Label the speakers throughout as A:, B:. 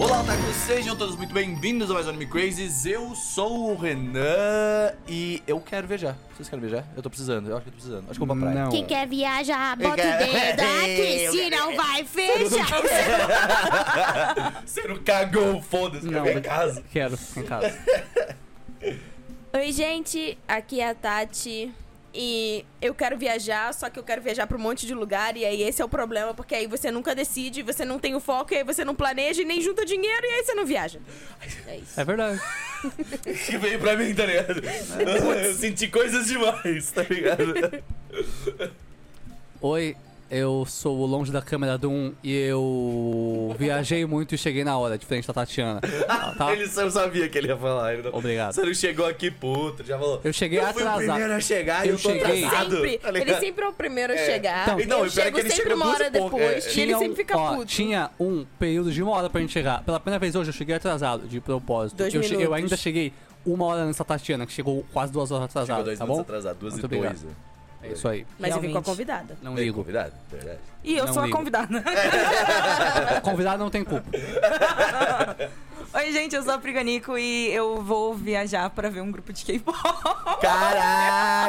A: Olá, otakus! Sejam todos muito bem-vindos a mais um Anime Crazes. Eu sou o Renan e eu quero viajar. Vocês querem viajar? Eu tô precisando, eu acho que eu tô precisando. Acho que eu vou pra praia.
B: Não.
C: Quem quer viajar, bota
A: quer-
C: o dedo
A: Ei,
C: aqui,
A: eu
C: senão vai fechar.
A: Você não cagou, foda-se,
B: Não,
A: cagou em
B: mas-
A: casa.
B: Quero, em casa.
D: Oi, gente, aqui é a Tati. E eu quero viajar, só que eu quero viajar pra um monte de lugar. E aí esse é o problema, porque aí você nunca decide, você não tem o foco, e aí você não planeja e nem junta dinheiro, e aí você não viaja.
A: Tá
D: É isso.
B: É verdade.
A: que veio pra mim, tá ligado? Eu senti coisas demais, tá ligado?
B: Oi, eu sou o longe da câmera do 1 e eu viajei muito e cheguei na hora, diferente da Tatiana. Ah, Tá?
A: Ele só sabia que ele ia falar. Ele não...
B: Obrigado.
A: Você não chegou aqui, puto, já falou.
B: Eu cheguei
A: eu fui o
B: atrasado.
A: primeiro a chegar e
B: Eu
A: eu tô
B: cheguei-
A: atrasado.
D: Sempre,
A: tá
D: ele
A: ligado?
D: sempre é o primeiro a chegar.
B: Então,
D: eu
A: Não, e pior é
D: chego
A: que ele
D: sempre
A: chega
D: uma
A: duas
D: hora
A: e pouco, é,
D: depois, e ele
B: um-
D: sempre fica
B: ó,
D: puto.
B: Tinha um período de uma hora pra gente chegar. Pela primeira vez hoje eu cheguei atrasado, de propósito.
D: Dois
B: eu, che- eu
D: minutos.
B: ainda cheguei uma hora antes da Tatiana, que chegou quase duas horas
A: Chegou
B: atrasada,
A: dois
B: tá
A: minutos
B: bom?
A: atrasado, duas
B: Muito
A: e dois.
B: obrigado. É isso aí.
D: Mas eu vim com a
E: Realmente.
D: convidada.
B: Não
A: Bem
B: ligo.
A: convidado, verdade.
E: E eu
B: Não
E: sou
B: ligo.
E: a convidada.
B: Convidado não tem culpa.
E: Oi, gente, eu sou a Priganico e eu vou viajar pra ver um grupo de K-pop.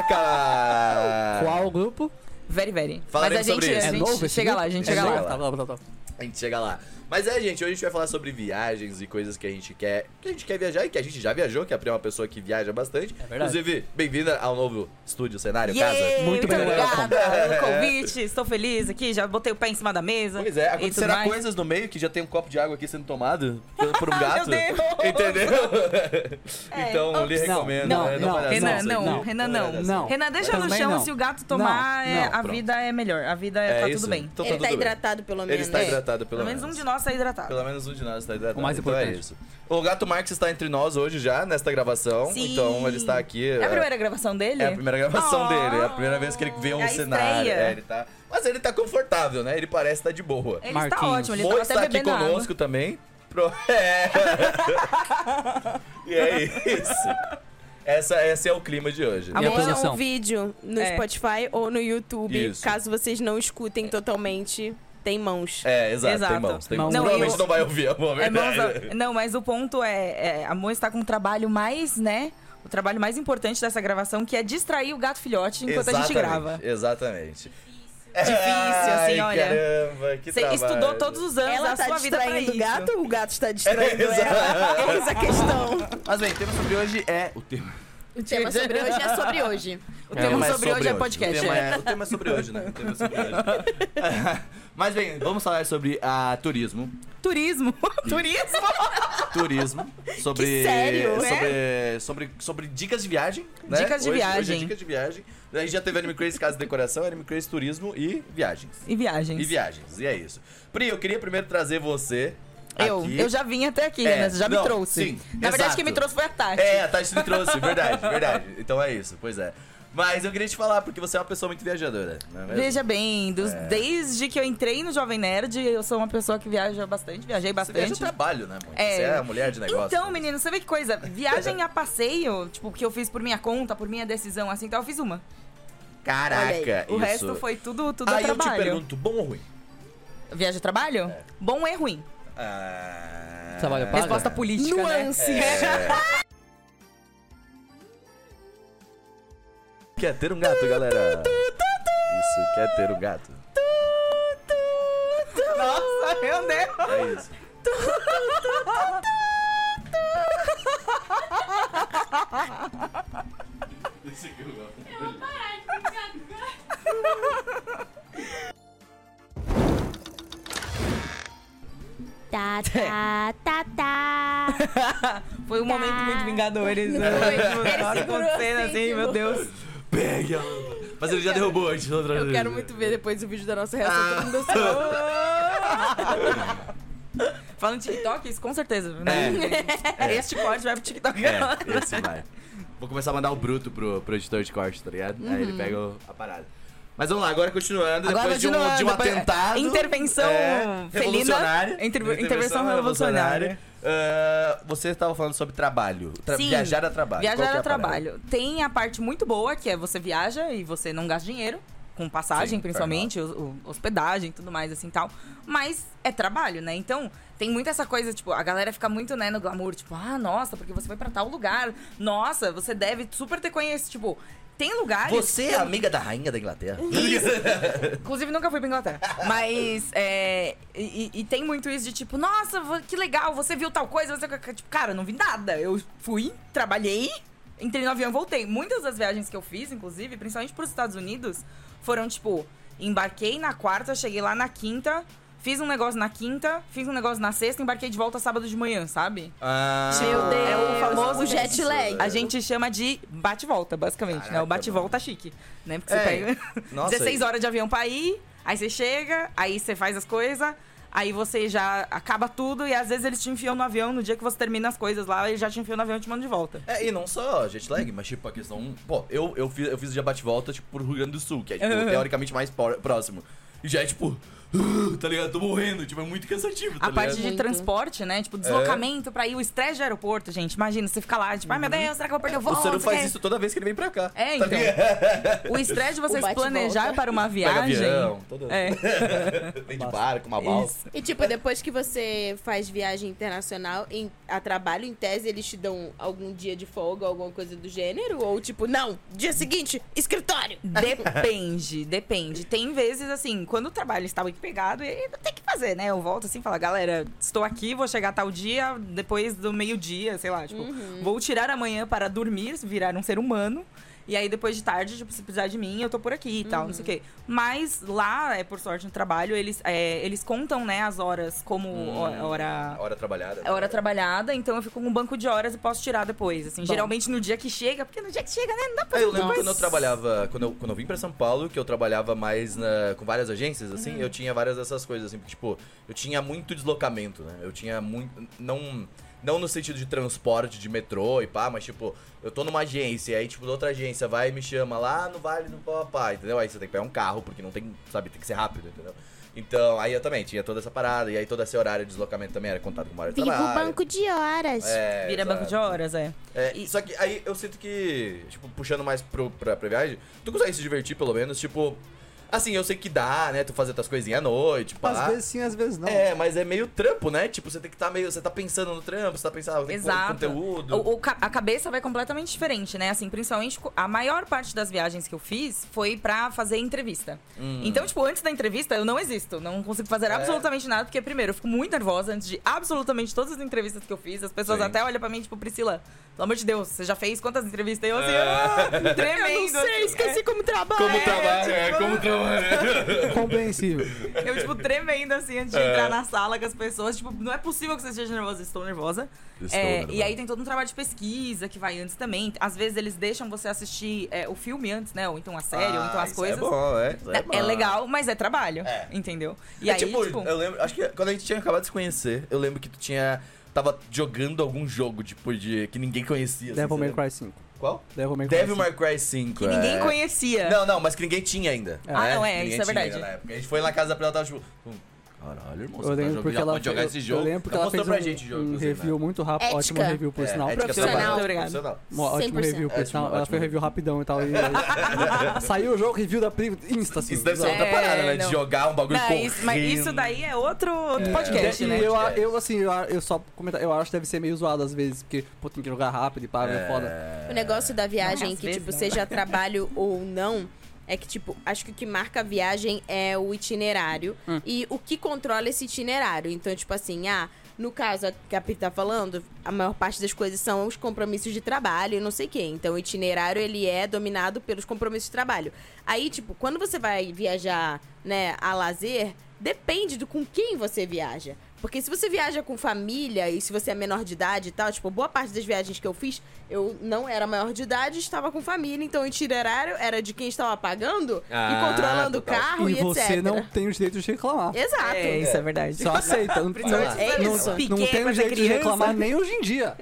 A: Caraca!
B: Qual o grupo?
E: Very, very.
A: Falaremos
E: Mas a gente,
A: sobre isso.
E: a
B: É
E: gente
B: novo esse
E: chega
B: grupo?
E: lá, a gente
A: É
E: chega
A: novo?
E: lá.
B: Tá, tá, tá, tá.
A: A gente chega lá. Mas é, gente, hoje a gente vai falar sobre viagens e coisas que a gente quer. Que a gente quer viajar e que a gente já viajou, que a Pri é uma pessoa que viaja bastante.
B: É verdade.
A: Inclusive, bem-vinda ao novo estúdio, cenário,
E: Yeah,
A: casa.
B: Muito
E: muito
B: bem,
E: obrigada pelo convite. Estou feliz aqui, já botei o pé em cima da mesa.
A: Pois é,
E: e tudo
A: acontecerá
E: mais.
A: coisas no meio que já tem um copo de água aqui sendo tomado por, por um
E: Meu
A: gato.
E: Deus!
A: Entendeu?
E: É,
A: então, lhe
B: ops. Não,
A: recomendo.
B: não,
A: é,
B: não,
A: vai dar
B: Renan,
A: certo isso aí.
B: não,
E: Renan, não.
A: vai dar
B: Não.
A: certo.
E: Renan, deixa no
B: Também
E: chão,
B: não.
E: se o gato tomar,
B: Não,
E: é,
B: não,
E: a
A: pronto.
E: vida é melhor. A vida
A: É
E: tá
A: isso.
E: tudo bem.
A: Então
D: Ele tá
A: tudo bem.
D: hidratado, pelo
A: Ele
D: menos.
A: está
D: É.
A: hidratado, pelo,
E: Pelo menos um de
A: nós.
E: nós tá hidratado.
A: Pelo menos um de nós está hidratado.
B: O mais
A: então
B: importante.
A: é isso. O Gato Marx está entre nós hoje já, nesta gravação.
E: Sim.
A: Então ele está aqui.
E: É a primeira gravação dele?
A: É a primeira gravação
E: Oh.
A: dele, é a primeira vez que ele vê um
E: É a
A: cenário.
E: estreia.
A: É, ele tá... Mas ele tá confortável, né? Ele parece estar de boa.
E: Ele está
B: Marquinhos.
E: ótimo, É ele
A: Mo
E: tava
A: está
E: até
A: aqui
E: bebendo água.
A: conosco também. Pro- É. e é isso. Essa, esse é o clima de hoje.
B: E a
D: Vejam
B: produção?
D: o um vídeo no
E: É.
D: Spotify ou no YouTube,
A: Isso.
D: caso vocês não escutem totalmente. Tem mãos.
A: É, exato, tem
E: Exato.
A: mãos. Tem
B: Mãos.
A: mãos.
B: Não,
A: Provavelmente
E: eu-
A: não vai ouvir, amor,
E: É,
A: verdade.
E: Monza, não, mas o ponto é, é, a Mo está com um trabalho mais, né? O trabalho mais importante dessa gravação, que é distrair o gato filhote enquanto a gente grava.
A: Exatamente.
E: Difícil, assim, olha.
A: Caramba, que
E: Você
A: trabalho.
E: estudou todos os anos
D: Ela
E: da
D: tá
E: sua vida pra
D: distraindo
E: isso.
D: o gato ou o gato está distraindo
A: É, exato.
D: ela? Essa é a questão.
A: Mas bem, o tema sobre hoje é. O tema,
D: O tema sobre hoje é sobre hoje.
E: O tema sobre hoje é podcast.
A: O tema
E: é.
A: é, o tema é sobre hoje, né? O tema é sobre hoje. Mas bem, vamos falar sobre ah, turismo.
E: Turismo. Turismo.
A: Turismo. Sobre.
D: Que sério, né?
A: sobre, sobre, sobre dicas de viagem. Né?
E: Dicas de
A: Hoje- Hoje é
E: viagem.
A: dicas de viagem. A gente já teve Anime Crazy Casa de Decoração, Anime Crazy Turismo e viagens.
E: E viagens.
A: E viagens, e é isso. Pri, eu queria primeiro trazer você.
E: Eu,
A: aqui.
E: eu já vim até aqui,
A: É,
E: né? Você já
A: não,
E: me trouxe.
A: sim,
E: Na
A: exato.
E: verdade, quem me trouxe foi a Tati.
A: É, a Tati me trouxe, verdade, verdade. Então é isso, pois é. Mas eu queria te falar, porque você é uma pessoa muito viajadora, não é mesmo?
E: Veja bem, dos-
A: É.
E: desde que eu entrei no Jovem Nerd, eu sou uma pessoa que viaja bastante, viajei
A: Você viaja no
E: bastante.
A: trabalho, né, mãe?
E: É.
A: Você é a mulher de negócio.
E: Então,
A: né?
E: menino, você vê que coisa? Viagem a passeio, tipo, que eu fiz por minha conta, por minha decisão, assim, então eu fiz uma.
A: Caraca,
E: O
A: é isso.
E: resto foi tudo, tudo a
A: Aí eu te
E: trabalho.
A: pergunto, bom ou ruim?
E: Viagem a trabalho? Bom é ruim.
A: Ah,
B: Trabalho pago?
E: Resposta política,
A: é um
E: né?
D: Nuance.
A: Quer ter um gato, galera? Isso, quer ter um gato.
E: Nossa, meu Deus!
A: É isso.
C: Tá, tá, tá, tá.
E: Foi um momento muito Vingadores, né? Nossa, acontecendo assim, meu Deus.
A: Pegue a lâmpada. Mas ele já derrubou antes. outra
D: Eu
A: vez.
D: quero muito ver depois o vídeo da nossa reação. Todo mundo assim,
E: Falando de TikTok, isso com certeza, né?
A: Ah. É. É.
E: Este corte vai pro TikTok.
A: É, esse vai. Vou começar a mandar o bruto pro, pro editor de corte, tá ligado? Aí ele pega o- a parada. Mas vamos lá, agora continuando,
E: Agora
A: depois de um, de um
E: continuando, depois-
A: atentado. é,
E: Intervenção felina.
A: revolucionária.
E: Inter- intervenção revolucionária.
A: Ah, você estava falando sobre trabalho. Tra-
E: Sim.
A: Viajar a trabalho. Qual
E: Viajar
A: que é
E: a
A: a parada?
E: trabalho. Tem a parte muito boa, que é você viaja e você não gasta dinheiro. com passagem,
F: Sim,
E: principalmente, o- o- hospedagem e tudo mais, assim tal. Mas é trabalho, né? Então, tem muito essa coisa, tipo, a galera fica muito, né, no glamour, tipo, ah, nossa, porque você foi pra tal lugar. Nossa, você deve super ter conhecido. Tipo, tem lugares.
A: Você é amiga da rainha da Inglaterra.
E: Inclusive, nunca fui pra Inglaterra. Mas, é. E, e- e tem muito isso de tipo, nossa, vo- que legal, você viu tal coisa, você. Tipo, cara, eu não vi nada. Eu fui, trabalhei, entrei no avião e voltei. Muitas das viagens que eu fiz, inclusive, principalmente pros Estados Unidos, foram tipo, embarquei na quarta, cheguei lá na quinta. Fiz um negócio na quinta, fiz um negócio na sexta, embarquei de volta sábado de manhã, sabe?
A: Ah,
D: Meu Deus,
E: é o famoso
D: o jet lag.
E: A gente chama de bate-volta, basicamente, né?
A: Caraca,
E: O bate-volta chique, né? Porque você
A: É.
E: pega
A: Nossa,
E: 16
A: e-
E: horas de avião pra ir, aí você chega, aí você faz as coisas, aí você já acaba tudo e às vezes eles te enfiam no avião, no dia que você termina as coisas lá, eles já te enfiam no avião e te mandam de volta.
A: É, e não só jet lag, mas tipo a questão. Pô, eu, eu fiz, eu fiz já bate-volta, tipo, pro Rio Grande do Sul, que é, tipo,
E: Uhum.
A: teoricamente mais por- próximo. E já é tipo. tá ligado? Tô morrendo, tipo, é muito cansativo, tá
E: A parte
A: ligado?
E: de transporte, né?
A: É.
E: Tipo, deslocamento pra ir, o estresse de aeroporto, gente. Imagina, você fica lá, tipo, ai meu Deus, será que eu vou perder o voo?
A: O Ciro
E: Não sei o
A: faz
E: quê.
A: isso toda vez que ele vem pra cá.
E: né? É, então. O estresse de vocês
D: bate-volta.
E: planejar para uma
A: Pega
E: viagem.
A: avião, toda.
E: É.
A: Vem de barco, uma balsa.
E: Isso.
D: E tipo, depois que você faz viagem internacional em- a trabalho, em tese, eles te dão algum dia de folga, alguma coisa do gênero? Ou tipo, não, dia seguinte, escritório!
E: Depende, depende. Tem vezes, assim, quando o trabalho está muito pegado, e não tem que fazer, né? Eu volto assim e falo, galera, estou aqui, vou chegar tal dia, depois do meio-dia, sei lá, tipo,
A: Uhum.
E: vou tirar amanhã para dormir, virar um ser humano. E aí, depois de tarde, tipo, se precisar de mim, eu tô por aqui e tal, não sei o
A: Uhum.
E: quê. Mas lá, é, por sorte, no trabalho, eles, é, eles contam, né, as horas como
A: Hum.
E: ho- hora
A: Hora trabalhada.
E: é hora trabalhada, então eu fico com um banco de horas e posso tirar depois. Assim, geralmente no dia que chega, porque no dia que chega, né? Não dá pra
A: É, eu
E: fazer
A: lembro
E: mais.
A: quando eu trabalhava, quando eu, quando eu vim pra São Paulo, que eu trabalhava mais na- com várias agências, assim,
E: Uhum.
A: eu tinha várias dessas coisas, assim, tipo, eu tinha muito deslocamento, né? Eu tinha muito. Não. Não no sentido de transporte, de metrô e pá, mas tipo, eu tô numa agência, e aí, tipo, da outra agência vai e me chama lá "Ah, no Vale do Papá, entendeu? Aí você tem que pegar um carro, porque não tem, sabe, tem que ser rápido, entendeu? Então, aí eu também tinha toda essa parada, e aí todo esse horário de deslocamento também era contado com uma hora de
C: Viva o
A: trabalho.
C: banco de horas.
A: É,
E: Vira banco
A: exato.
E: de horas, é.
A: É,
E: E-
A: Só que aí eu sinto que, tipo, puxando mais pro, pra, pra viagem, tu consegue se divertir pelo menos, tipo. Assim, eu sei que dá, né? Tu fazer tuas coisinhas à noite, pá.
G: Às vezes sim, às vezes não.
A: É, mas é meio trampo, né? Tipo, você tem que tá meio. Você tá pensando no trampo, você tá pensando tem que pôr
E: Exato.
A: conteúdo.
E: O, o ca- a cabeça vai completamente diferente, né? Assim, principalmente co- a maior parte das viagens que eu fiz foi pra fazer entrevista.
A: Hum.
E: Então, tipo, antes da entrevista eu não existo, não consigo fazer
A: É.
E: absolutamente nada, porque primeiro eu fico muito nervosa antes de absolutamente todas as entrevistas que eu fiz. As pessoas
A: Sim.
E: até olham pra mim, tipo, Priscila, pelo amor de Deus, você já fez quantas entrevistas? E eu assim,
A: É.
E: ah, tremendo.
D: Eu não sei,
E: assim, é. tipo,
D: esqueci como trabalho!
A: trabalho, é, como trabalho.
G: Compreensível.
E: Eu, tipo, tremendo, assim, antes de
A: É.
E: entrar na sala com as pessoas. Tipo, não é possível que você esteja nervosa. Estou nervosa.
A: Estou
E: É,
A: nervosa.
E: E aí tem todo um trabalho de pesquisa que vai antes também. Às vezes eles deixam você assistir é, o filme antes, né? Ou então a série, ou então as coisas.
A: É bom, é. Isso
E: É,
A: bom.
E: legal, mas é trabalho.
A: É.
E: Entendeu? E
A: E é,
E: aí,
A: tipo,
E: tipo...
A: eu lembro. Acho que quando a gente tinha acabado de se conhecer, eu lembro que tu tinha. Tava jogando algum jogo, tipo, de. que ninguém conhecia. assim,
B: Devil
A: você
B: May
A: lembra?
B: Cry 5.
A: Qual?
B: Devil May Cry
A: Devil
B: 5.
A: May Cry 5.
E: que ninguém
A: é.
E: conhecia.
A: Não, não, mas que ninguém tinha ainda.
E: Ah, não, é,
A: Ninguém
E: isso
A: tinha
E: é verdade.
A: ainda na época. A gente foi lá na casa da Prela e tava tipo. hum, Caralho, irmão, você tá
B: Eu lembro
A: jogando,
B: porque
A: já
B: ela,
A: pode jogar
B: eu-
A: esse jogo.
B: Eu lembro porque
A: Não
B: ela
A: mostrou
B: fez
A: pra
B: um,
A: gente o jogo,
B: um
A: inclusive, né?
B: review muito rápido,
D: Ética.
B: ótimo review por
A: É,
B: sinal.
A: ética
E: Profissional.
A: trabalho.
E: Obrigado.
A: Profissional.
B: Um ótimo
D: 100%.
B: review por
A: Ótimo,
B: sinal. Ela
A: ótimo.
B: fez um review rapidão e tal. e- Saiu o jogo, review da Pri Insta, assim.
A: Isso deve ser
E: É,
A: outra parada, né?
E: não.
A: De jogar um bagulho
E: Não, é
A: correndo.
E: isso- mas isso daí é outro outro
A: é
E: podcast,
B: E
E: né?
B: eu, eu, assim, eu, eu só comentar, eu acho que deve ser meio zoado às vezes, porque, pô, tem que jogar rápido e pá, é foda.
D: O negócio da viagem,
E: Não, às
D: que,
E: vezes
D: tipo,
E: não.
D: seja trabalho ou não, é que, tipo, acho que o que marca a viagem é o itinerário
E: Hum.
D: e o que controla esse itinerário. Então, tipo assim, ah, no caso a- que a Pri tá falando, a maior parte das coisas são os compromissos de trabalho e não sei o quê. Então, o itinerário, ele é dominado pelos compromissos de trabalho. Aí, tipo, quando você vai viajar, né, a lazer, depende do com quem você viaja. Porque se você viaja com família e se você é menor de idade e tal, tipo, boa parte das viagens que eu fiz, eu não era maior de idade, estava com família, então o itinerário era de quem estava pagando
A: Ah,
D: e controlando o
A: total.
D: carro
B: e
D: e,
B: você
D: etc.
B: não tem o direito de reclamar.
D: Exato.
E: É, isso é verdade.
B: Só aceita. Não,
E: Principalmente
D: É
B: não,
D: isso.
B: não
E: Pequena,
B: tem o direito de
E: criança.
B: reclamar nem hoje em dia.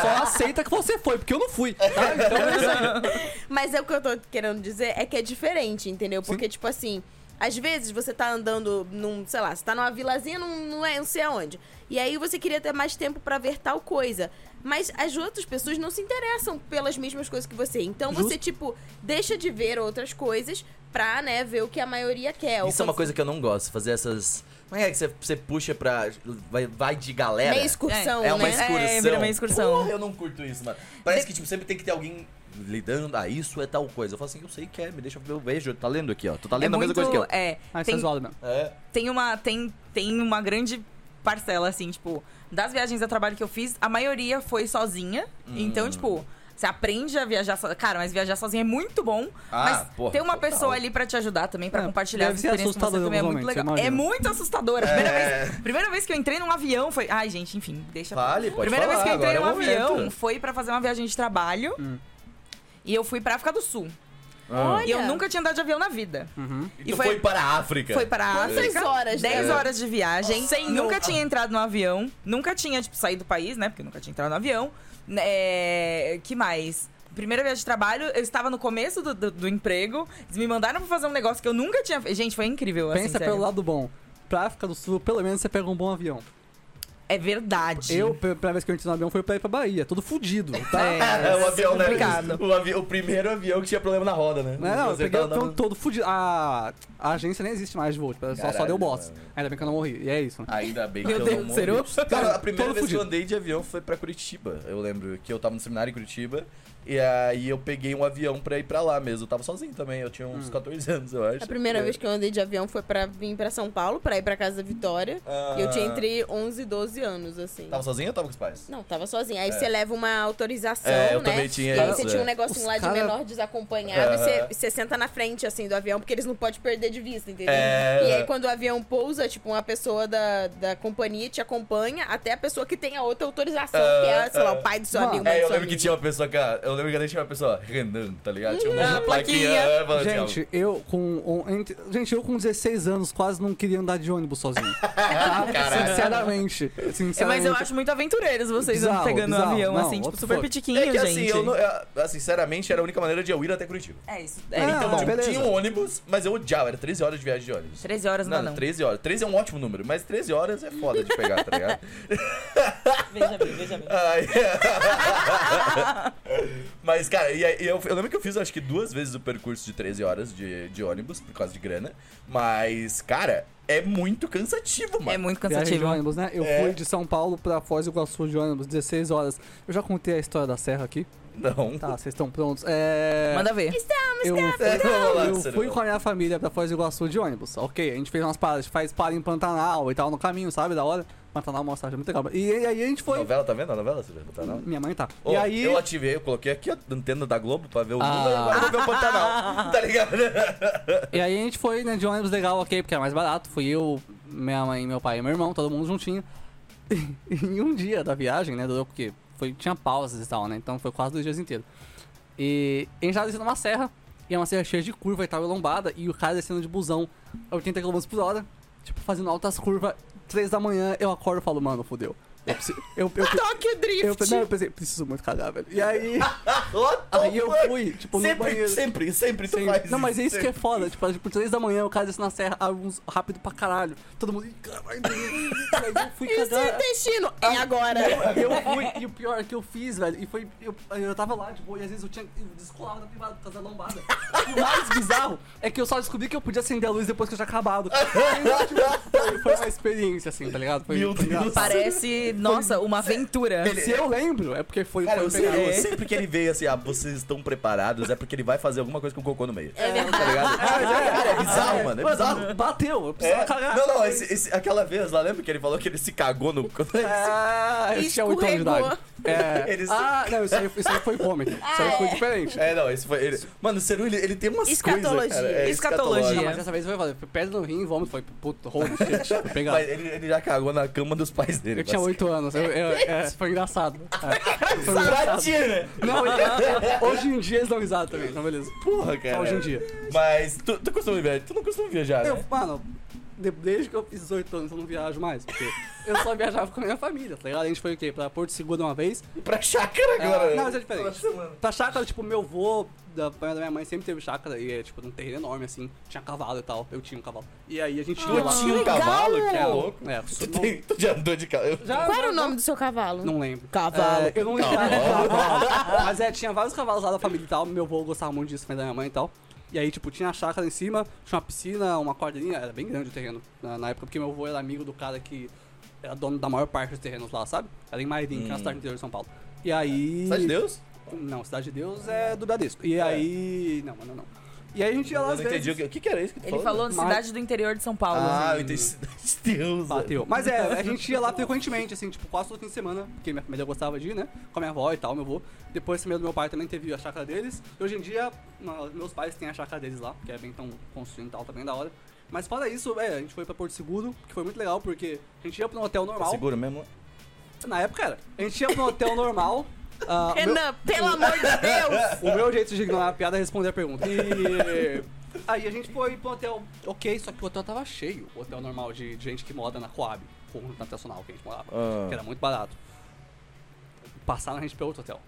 B: Só aceita que você foi, porque eu não fui. Tá? Então é isso aí.
D: Mas é o que eu tô querendo dizer é que é diferente, entendeu? Porque, tipo assim, às vezes você tá andando num, sei lá, você tá numa vilazinha, num, não é, não sei aonde. E aí você queria ter mais tempo pra ver tal coisa. Mas as outras pessoas não se interessam pelas mesmas coisas que você. Então você, tipo, deixa de ver outras coisas pra, né, ver o que a maioria quer. Ou
A: Isso é uma
D: quando
A: coisa que eu não gosto, fazer essas. Como é que você, você puxa pra. Vai, vai de galera?
D: Meia excursão,
A: É uma
D: né?
A: excursão.
E: É, vira uma excursão.
A: Porra, eu não curto isso, mano. Parece que, tipo, sempre tem que ter alguém lidando. Ah, isso é tal coisa. Eu falo assim, eu sei que é, me deixa ver, eu vejo. Tá lendo aqui, ó. Tu tá
E: É
A: lendo a
E: muito,
A: mesma coisa que eu.
E: é,
B: Ah, isso é
E: tem,
B: zoado mesmo.
A: É.
E: tem uma tem, tem uma grande parcela assim, tipo, das viagens a trabalho que eu fiz, a maioria foi sozinha.
A: Hum.
E: Então, tipo, você aprende a viajar, so... cara, mas viajar sozinha é muito bom,
A: Ah,
E: mas
A: porra,
E: ter uma
A: total.
E: pessoa ali pra te ajudar também, pra
B: É,
E: compartilhar
B: deve
E: essa
B: ser
E: experiência com você
B: assustador
E: também é
B: em alguns
E: muito
B: momentos,
E: legal.
B: eu
E: É
B: imagino.
E: muito assustadora.
A: É.
E: Primeira, vez, primeira vez que eu entrei num avião foi, ai, gente, enfim, deixa pra lá.
A: Fale, pode
E: Primeira
A: falar,
E: vez que eu entrei num
A: agora é o
E: um avião
A: momento.
E: foi pra fazer uma viagem de trabalho.
B: Hum.
E: E eu fui pra África do Sul.
D: Olha,
A: Ah.
E: E eu nunca tinha andado de avião na vida.
A: E
E: E
A: tu Então
E: foi-
A: foi, para a África.
E: Foi para a
D: Quantas
E: África.
D: horas, né?
E: 10 horas de viagem.
D: Senhor.
E: Nunca tinha entrado no avião. Nunca tinha, tipo, saído do país, né? Porque eu nunca tinha entrado no avião. É... Que mais? Primeira viagem de trabalho, eu estava no começo do, do- do emprego. Eles me mandaram pra fazer um negócio que eu nunca tinha... fe- Gente, foi incrível, assim,
B: Pensa
E: sério.
B: pelo lado bom. Pra África do Sul, pelo menos você pega um bom avião.
E: É verdade.
B: Eu, pe- primeira vez que eu entrei no avião, foi pra ir pra Bahia, todo fudido, tá?
E: É,
A: É, o avião, né?
E: complicado.
A: O, avi- o primeiro avião que tinha problema na roda, né?
B: Não, não, eu
A: Você
B: peguei o
A: tava
B: avião
A: andando-
B: todo fudido. A, a agência nem existe mais de voo, tipo, só, só
A: Caralho,
B: deu boss.
A: mano.
B: Ainda bem que eu não morri. E é isso, né?
A: Ainda bem que
E: Meu
A: eu
E: Deus,
A: não morri.
E: será?
A: Cara, a
B: Todo
A: primeira vez que eu
B: fudido.
A: andei de avião foi pra Curitiba. Eu lembro que eu tava no seminário em Curitiba. E aí eu peguei um avião pra ir pra lá mesmo. Eu tava sozinho também, eu tinha uns 14 anos, eu acho.
D: É
A: É.
D: A primeira vez que eu andei de avião foi pra vir pra São Paulo, pra ir pra casa da Vitória.
A: Ah.
D: E eu tinha entre 11 e 12 anos, assim.
A: Tava sozinho ou tava com os pais?
D: Não, tava sozinha. Aí você leva uma autorização,
A: É, eu
D: né?
A: também tinha
D: e aí
A: isso,
D: você tinha um
A: é.
D: negocinho
B: Os
D: lá de
B: cara-
D: menor desacompanhado. e
A: Aham.
D: Você, você senta na frente, assim, do avião, porque eles não podem perder de vista, entendeu?
A: É.
D: E aí quando o avião pousa, tipo, uma pessoa da, da companhia te acompanha até a pessoa que tem a outra autorização,
A: É,
D: que é, sei lá,
A: é.
D: o pai do seu
B: Mano,
D: amigo. mãe
A: É,
D: do
A: eu
D: seu
A: lembro que
D: amigo.
A: tinha uma pessoa, cara. Eu lembro que ali tinha uma pessoa, Renan, tá ligado? Tinha
E: Ah,
A: uma
E: plaquinha.
A: né, mano? Tinha-
B: Gente, eu com. um- entre- gente, eu com 16 anos quase não queria andar de ônibus sozinho.
A: "Ah,
B: Tá? Sinceramente. Sinceramente.
E: É, mas eu acho muito aventureiros vocês
B: Bizarro,
E: pegando um
B: bizarro.
E: avião,
B: Não,
E: assim, tipo,
B: what the
E: super
B: fuck.
E: pitiquinho,
A: É que
E: gente.
A: assim, eu não, é, sinceramente, era a única maneira de eu ir até Curitiba.
E: É isso.
B: Ah,
E: É, então,
B: não,
A: Tipo,
B: beleza.
A: tinha um ônibus, mas eu odiava, era 13 horas de viagem de ônibus.
E: 13 horas não,
A: Não,
E: dá, não.
A: 13 horas. 13 é um ótimo número, mas 13 horas é foda de pegar, tá ligado?
E: Veja bem, veja bem.
A: Ai. mas, cara, e, aí eu, eu lembro que eu fiz acho que duas vezes o percurso de 13 horas de, de ônibus, por causa de grana. Mas, cara, é muito cansativo, mano.
E: É muito
B: Viagem de
E: cansativo.
B: ônibus, né? Eu
A: É.
B: fui de São Paulo pra Foz do Iguaçu de ônibus, 16 horas. Eu já contei a história da serra aqui.
A: Não.
B: Tá, vocês estão prontos? É.
E: Manda ver.
B: eu,
A: Vamos lá,
B: eu fui
A: Ciro.
B: com a minha família pra Foz do Iguaçu de ônibus. Ok, a gente fez umas paradas, a gente faz parada em Pantanal e tal no caminho, sabe? Da hora. Pantanal é uma cidade muito legal. E, aí a gente foi.
A: Novela, tá vendo a novela? Você já botar, não?
B: Minha mãe tá.
A: Ô,
B: e aí.
A: Eu ativei, eu coloquei aqui a antena da Globo pra ver o
B: Ah.
A: mundo e agora eu vou ver o Pantanal. Tá ligado?
B: E aí a gente foi, né, de ônibus legal, ok, porque era mais barato. Fui eu, minha mãe, meu pai e meu irmão, todo mundo juntinho. E em um dia da viagem, né, durou porque foi, tinha pausas e tal, né, então foi quase dois dias inteiros. E a gente tava descendo uma serra, e é uma serra cheia de curva e tal, e lombada, e o cara descendo de busão a 80 km por hora, tipo, fazendo altas curvas, três da manhã, eu acordo e falo, mano, fodeu. Eu, preciso- eu, eu,
D: Tóquio Drift!
B: eu, não, eu pensei, preciso muito cagar, velho. E aí,
A: What the
B: aí eu
A: fuck?
B: fui, tipo, no
A: Sempre,
B: banheiro.
A: sempre, sempre tu
B: Sim.
A: faz
B: Não, mas é isso que é
A: sempre.
B: foda. Tipo, tipo, três da manhã, o cara desce na serra, alguns rápido pra caralho. Todo mundo. "Ih, Caralho, Aí eu fui
D: E o seu
B: cagar.
D: intestino? É
B: Ah.
D: agora!
B: Eu fui, e o pior é que eu fiz, velho. E foi. Eu, eu tava lá de boa, e às vezes eu tinha. Eu descolava da privada por causa da lombada. E o mais bizarro é que eu só descobri que eu podia acender a luz depois que eu tinha acabado. Então, tipo, foi- foi uma experiência, assim, tá ligado? Foi,
A: Meu
B: foi
A: Deus.
B: engraçado.
E: Parece, nossa, uma aventura.
B: Se eu lembro, é porque foi.
A: Cara,
B: foi
A: eu
B: pegado.
A: sempre, sempre que ele veio assim, ah, vocês estão preparados, é porque ele vai fazer alguma coisa com o cocô no meio. É, tá ligado? Cara, é bizarro, mano, é bizarro.
B: Mano, bateu, eu precisava
A: É.
B: cagar.
A: Não, não, esse- esse- aquela vez lá, lembra que ele falou que ele se cagou no.
B: Ah, eu tinha 8 anos de
D: Escorregou.
B: idade. É.
A: Eles-
B: Ah, não, isso aí, isso aí foi vômito. Isso aí foi diferente.
A: É, não, esse foi. Ele... Mano, o Seru, ele, ele tem umas
D: Escatologia.
A: coisas. Cara, é,
E: Escatologia.
B: Não,
A: escatológico.
B: mas dessa vez foi foda. Foi pedra no rim, vômito, foi puto, holy shit. Foi pegado.
A: Mas ele, ele já cagou na cama dos pais dele.
B: Eu tinha 8 anos, eu, eu- é, foi engraçado. É, foi
A: Pra
B: engraçado.
A: ti, né?
B: Não, eu- hoje em dia eles dão risada também, então beleza.
A: Porra, cara.
B: Hoje em dia.
A: Mas tu, tu costuma viajar? Tu não costuma viajar,
B: Eu,
A: né?
B: mano, de- desde que eu fiz 18 anos eu não viajo mais. Porque eu só viajava com a minha família, tá ligado? A gente foi o quê? Pra Porto Seguro uma vez.
A: Pra chácara agora. né?
B: Ah, não, mas é diferente.
A: Uma semana.
B: Pra chácara, tipo, meu avô, da pai da minha mãe, sempre teve chácara. E é, tipo, num terreno enorme, assim. Tinha cavalo e tal. Eu tinha um cavalo. E aí a gente ia
A: Tu
B: lá.
A: tinha um
D: legal!
A: cavalo?
B: É,
A: Que louco.
B: é,
A: Tu,
B: não-
A: tem- tu já andou de cavalo?
B: já-
C: Qual era
B: já-
C: o nome do seu cavalo?
B: Não lembro.
C: Cavalo.
B: É, eu não lembro. Mas é, tinha vários cavalos lá da família e tal. Meu avô gostava muito disso, mas da minha mãe e tal. E aí, tipo, tinha a chácara em cima, tinha uma piscina, uma cordinha. Era bem grande o terreno na, na época, porque meu avô era amigo do cara que era dono da maior parte dos terrenos lá, sabe? Era em Mairim, que é uma cidade do interior de São Paulo. E aí.
A: Hum. Sabe de Deus?
B: Não, Cidade de Deus é do Bradesco. E aí. Não, mano, não. E aí a gente ia lá
A: Eu
B: às
A: não entendi.
B: vezes.
A: O que, o que que era isso que tu
E: Ele falou
B: Mas-
E: cidade do interior de São Paulo.
A: Ah, eu entendi. Cidade de Deus.
B: Bateu. Mas é, a gente ia lá frequentemente, assim, tipo, quase todo fim de semana, porque minha família gostava de ir, né? Com a minha avó e tal, meu avô. Depois também do meu pai também teve a chácara deles. E hoje em dia, uma- meus pais têm a chácara deles lá, que é bem tão construindo e tal, também da hora. Mas fora isso, é, a gente foi pra Porto Seguro, que foi muito legal, porque a gente ia pra um hotel
A: Tá
B: normal.
A: seguro mesmo?
B: Na época era. A gente ia pra um hotel normal. ah, o meu-
D: Renan, pelo amor de Deus!
B: o meu jeito de ignorar a piada é responder a pergunta. E. Aí a gente foi pro hotel, ok, só que o hotel tava cheio. O hotel normal de, de gente que moda na Coab, conjunto nacional que a gente morava,
A: Ah.
B: que era muito barato. Passaram a gente pra outro hotel.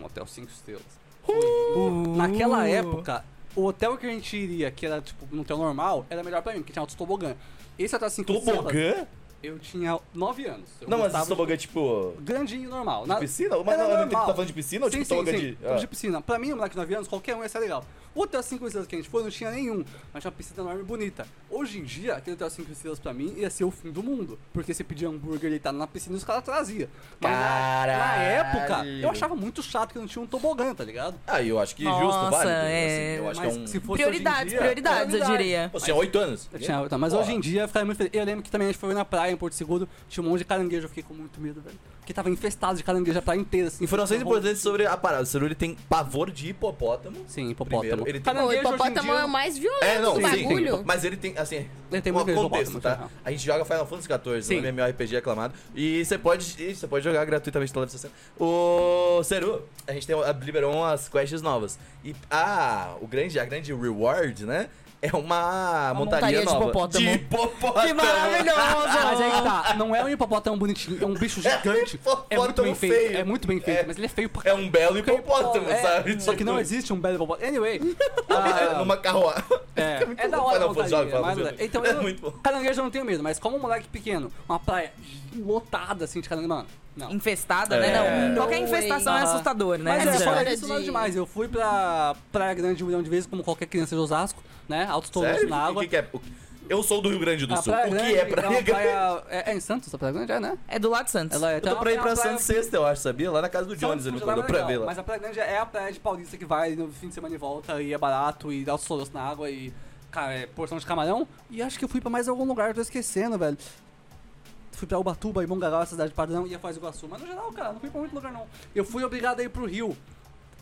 B: Um hotel 5 estrelas.
E: assim.
B: uh. Naquela
E: Uh.
B: época, o hotel que a gente iria, que era tipo um hotel normal, era melhor pra mim, porque tinha altos tobogã. Esse hotel 5 estrelas,
A: Tobogã?
B: eu tinha 9 anos. Eu
A: Não, mas
B: gostava
A: esse
B: de
A: tobogã Tipo, é tipo.
B: Grandinho, normal. Na...
A: piscina? Mas
B: Era
A: não, eu não
B: normal.
A: entendi, tá falando de piscina ou
B: sim,
A: tipo
B: sim,
A: toga
B: sim.
A: de-
B: Toga
A: Ah.
B: de piscina. Pra mim, um moleque de 9 anos, qualquer um ia ser legal. O hotel 5 estrelas que a gente foi não tinha nenhum, mas tinha uma piscina enorme e bonita. Hoje em dia, aquele hotel 5 estrelas pra mim ia ser o fim do mundo. Porque você pedia hambúrguer deitado na piscina e os caras traziam. Mas na, na
A: Caralho.
B: época, eu achava muito chato que não tinha um tobogã, tá ligado?
A: Ah, eu acho que justo,
E: Nossa,
A: válido.
E: é,
A: assim, eu acho que é
B: mas
A: um.
B: se fosse hoje em
E: Prioridades,
B: dia-
E: prioridades, eu diria.
A: Pô, Você tinha 8 anos?
B: Eu tinha, tá, mas
A: Porra.
B: hoje em dia eu ficaria muito feliz. Eu lembro que também a gente foi na praia em Porto Seguro, tinha um monte de caranguejo, eu fiquei com muito medo, velho. Porque tava infestado de caranguejo a praia inteira, assim.
A: Informações
B: Eu vou-
A: importantes sobre a parada. O Cerulli tem pavor de hipopótamo.
B: Sim, hipopótamo.
A: Primeiro, ele tem- um
B: Caranguejo
C: O
B: hoje em
C: hipopótamo
B: dia-
C: é o mais violento
A: É, não,
C: do
A: sim,
C: bagulho.
A: sim. Mas ele tem, assim.
B: Ele tem
A: um
B: muito medo de
A: contexto,
B: hipopótamo,
A: tá?
B: tá?
A: A gente joga Final Fantasy XIV,
B: Sim.
A: um MMORPG aclamado. E você pode. Você pode jogar gratuitamente na live sessão. O. Ceru, a gente tem, liberou umas quests novas. E ah, o grande, a grande reward, né? É uma, montaria,
E: montaria de
A: nova.
E: hipopótamo.
A: De hipopótamo.
E: Que maravilhoso!
B: Ah, mas aí que tá. Não é um hipopótamo bonitinho, é um bicho gigante. É, muito
A: hipopótamo
B: bem feito.
A: feio.
B: É muito bem feito,
A: É.
B: mas ele é feio pra
A: É um belo hipopótamo,
B: É,
A: sabe? Tipo,
B: Só que não existe um belo hipopótamo. Anyway. ah,
A: Numa carruagem.
B: é,
A: muito
B: é da
A: bom. um
B: hora.
A: Final Fantasy,
B: montaria,
A: joga Final
B: mas-
A: Fantasy.
B: então,
A: É
B: eu,
A: muito bom.
B: Caranguejo eu não tenho medo, mas como um moleque pequeno, uma praia lotada assim de caranguejo, mano. Não.
E: Infestada,
A: É.
E: né? Não.
A: No
E: Qualquer infestação é
B: way.
E: assustador, né?
B: Mas
E: no
B: é,
E: geral.
B: fora
C: de-
B: disso, nada demais. Eu fui pra Praia Grande de um milhão de vezes, como qualquer criança de Osasco, né? Altos tornos
A: Sério?
B: na
A: O
B: água.
A: que, que é? O- Eu sou do Rio Grande do
B: A
A: Sul.
B: Praia
A: O
B: Grande
A: que é
B: é uma
A: Praia Grande?
B: praia- É é em Santos a Praia Grande, é, né?
E: É do lado de Santos.
B: Ela é
A: Eu tô pra ir pra Santos sexta, eu acho, sabia? Lá na casa do Jones, ele me
B: Santos
A: contou pra
B: legal,
A: ver lá.
B: Mas a Praia Grande é a praia de paulista que vai no fim de semana e volta e é barato e dá os soros na água e cara, é porção de camarão. E acho que eu fui pra mais algum lugar, eu tô esquecendo, velho. Fui pra Ubatuba e Mongagal, essa cidade padrão, ia fazer Iguaçu. Mas no geral, cara, não fui pra muito lugar não. Eu fui obrigado a ir pro Rio.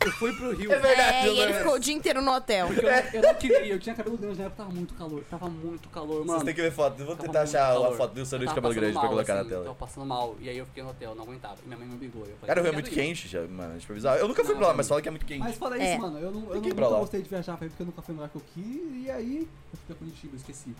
B: Eu fui pro Rio.
C: É, e ele
A: né?
C: ficou o dia inteiro no hotel.
B: Porque eu, eu não queria, eu tinha cabelo grande na época, tava muito calor, tava muito calor, mano. Tá
A: Vocês têm que ver foto. Eu vou
B: Tava
A: tentar
B: muito
A: achar a
B: calor.
A: foto do
B: Eu
A: sanduíche de cabelo
B: tava Tá passando
A: grande pra
B: mal,
A: colocar na
B: assim, Tava
A: tela.
B: passando mal, e aí eu fiquei no hotel, não aguentava. E minha mãe me obrigou. eu falei,
A: Cara, o Rio é
B: "Eu
A: muito
B: quero ir".
A: quente, já, mano. A gente foi bizarro. Eu nunca fui
B: Tá Não, tá
A: pra lá,
B: não.
A: mas fala que é muito quente.
G: Mas fora isso,
C: É.
G: mano, eu não, eu
A: Tem
G: não
A: que ir pra
G: nunca
A: lá.
G: gostei de viajar pra ir porque eu nunca fui no lugar que eu quis. E aí, eu fui pra Curitiba, esqueci.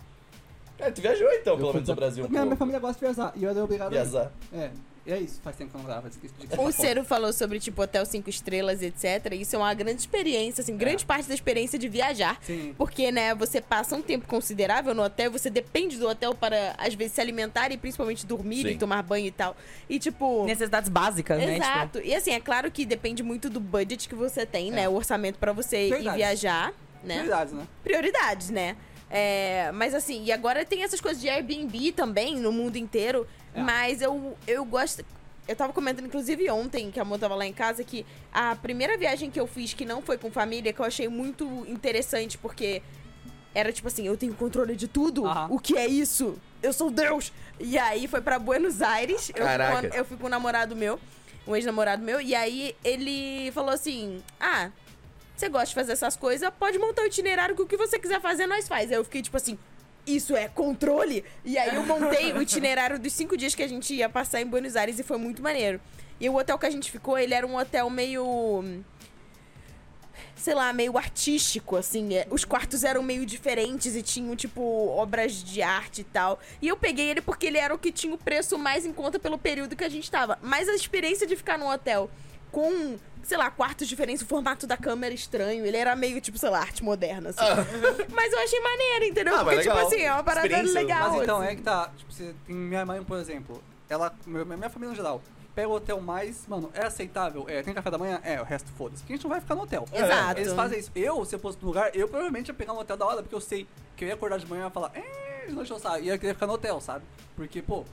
A: É, tu viajou então,
G: Eu
A: pelo
G: fui
A: menos
G: pra-
A: no Brasil. um
G: Minha, minha
A: pouco.
G: família gosta de viajar e eu era obrigado a ir.
A: Viajar.
G: É, e é isso.
B: Faz tempo que eu não gravo, esqueci de
D: O
B: gravar.
D: Cero falou sobre, tipo, hotel cinco estrelas, etc. Isso é uma grande experiência, assim,
A: É.
D: grande parte da experiência de viajar.
B: Sim.
D: Porque, né, você passa um tempo considerável no hotel, você depende do hotel para, às vezes, se alimentar e principalmente dormir
A: Sim.
D: e tomar banho e tal. E, tipo.
E: Necessidades básicas, né? Tipo, É.
D: Exato. E assim, é claro que depende muito do budget que você tem, né? O orçamento pra você ir
B: Prioridades.
D: viajar, né?
B: Verdade, né?
D: Prioridades, né? É, mas assim, e agora tem essas coisas de Airbnb também no mundo inteiro. Mas eu, eu gosto. Eu tava comentando, inclusive, ontem, que a amor tava lá em casa, que a primeira viagem que eu fiz que não foi com família, que eu achei muito interessante, porque era tipo assim, eu tenho controle de tudo.
B: Aham.
D: O que é isso? Eu sou Deus! E aí foi pra Buenos Aires. Eu
A: Caraca.
D: fui, com, eu fui com um namorado meu, um ex-namorado meu, e aí ele falou assim: Ah, você gosta de fazer essas coisas, pode montar o itinerário que o que você quiser fazer, nós faz. Aí eu fiquei tipo assim. Isso é controle? E aí eu montei o itinerário dos cinco dias que a gente ia passar em Buenos Aires e foi muito maneiro. E o hotel que a gente ficou, ele era um hotel meio sei lá, meio artístico, assim. é, Os quartos eram meio diferentes e tinham, tipo, obras de arte e tal. E eu peguei ele porque ele era o que tinha o preço mais em conta pelo período que a gente tava. Mas a experiência de ficar num hotel com, sei lá, quartos diferentes, o formato da cama era estranho. Ele era meio, tipo, sei lá, arte
B: é
D: moderna, assim. mas eu achei maneiro, entendeu?
A: Ah, mas
D: porque,
A: legal.
D: tipo assim, é uma parada
A: Experiência.
D: legal.
B: Mas então,
D: assim.
B: é que tá. Tipo, você tem minha mãe, por exemplo. Ela. meu- Minha família no geral. Pega o hotel mais. Mano, é aceitável? É, tem café da manhã? É, o resto foda-se. Porque a gente não vai ficar no hotel. É,
D: Exato.
B: Eles fazem isso. Eu, se eu fosse no lugar, eu provavelmente ia pegar um hotel da hora, porque eu sei que eu ia acordar de manhã e ia falar, eh, eles não deixam eu sair. E eu queria ficar no hotel, sabe? Porque, pô.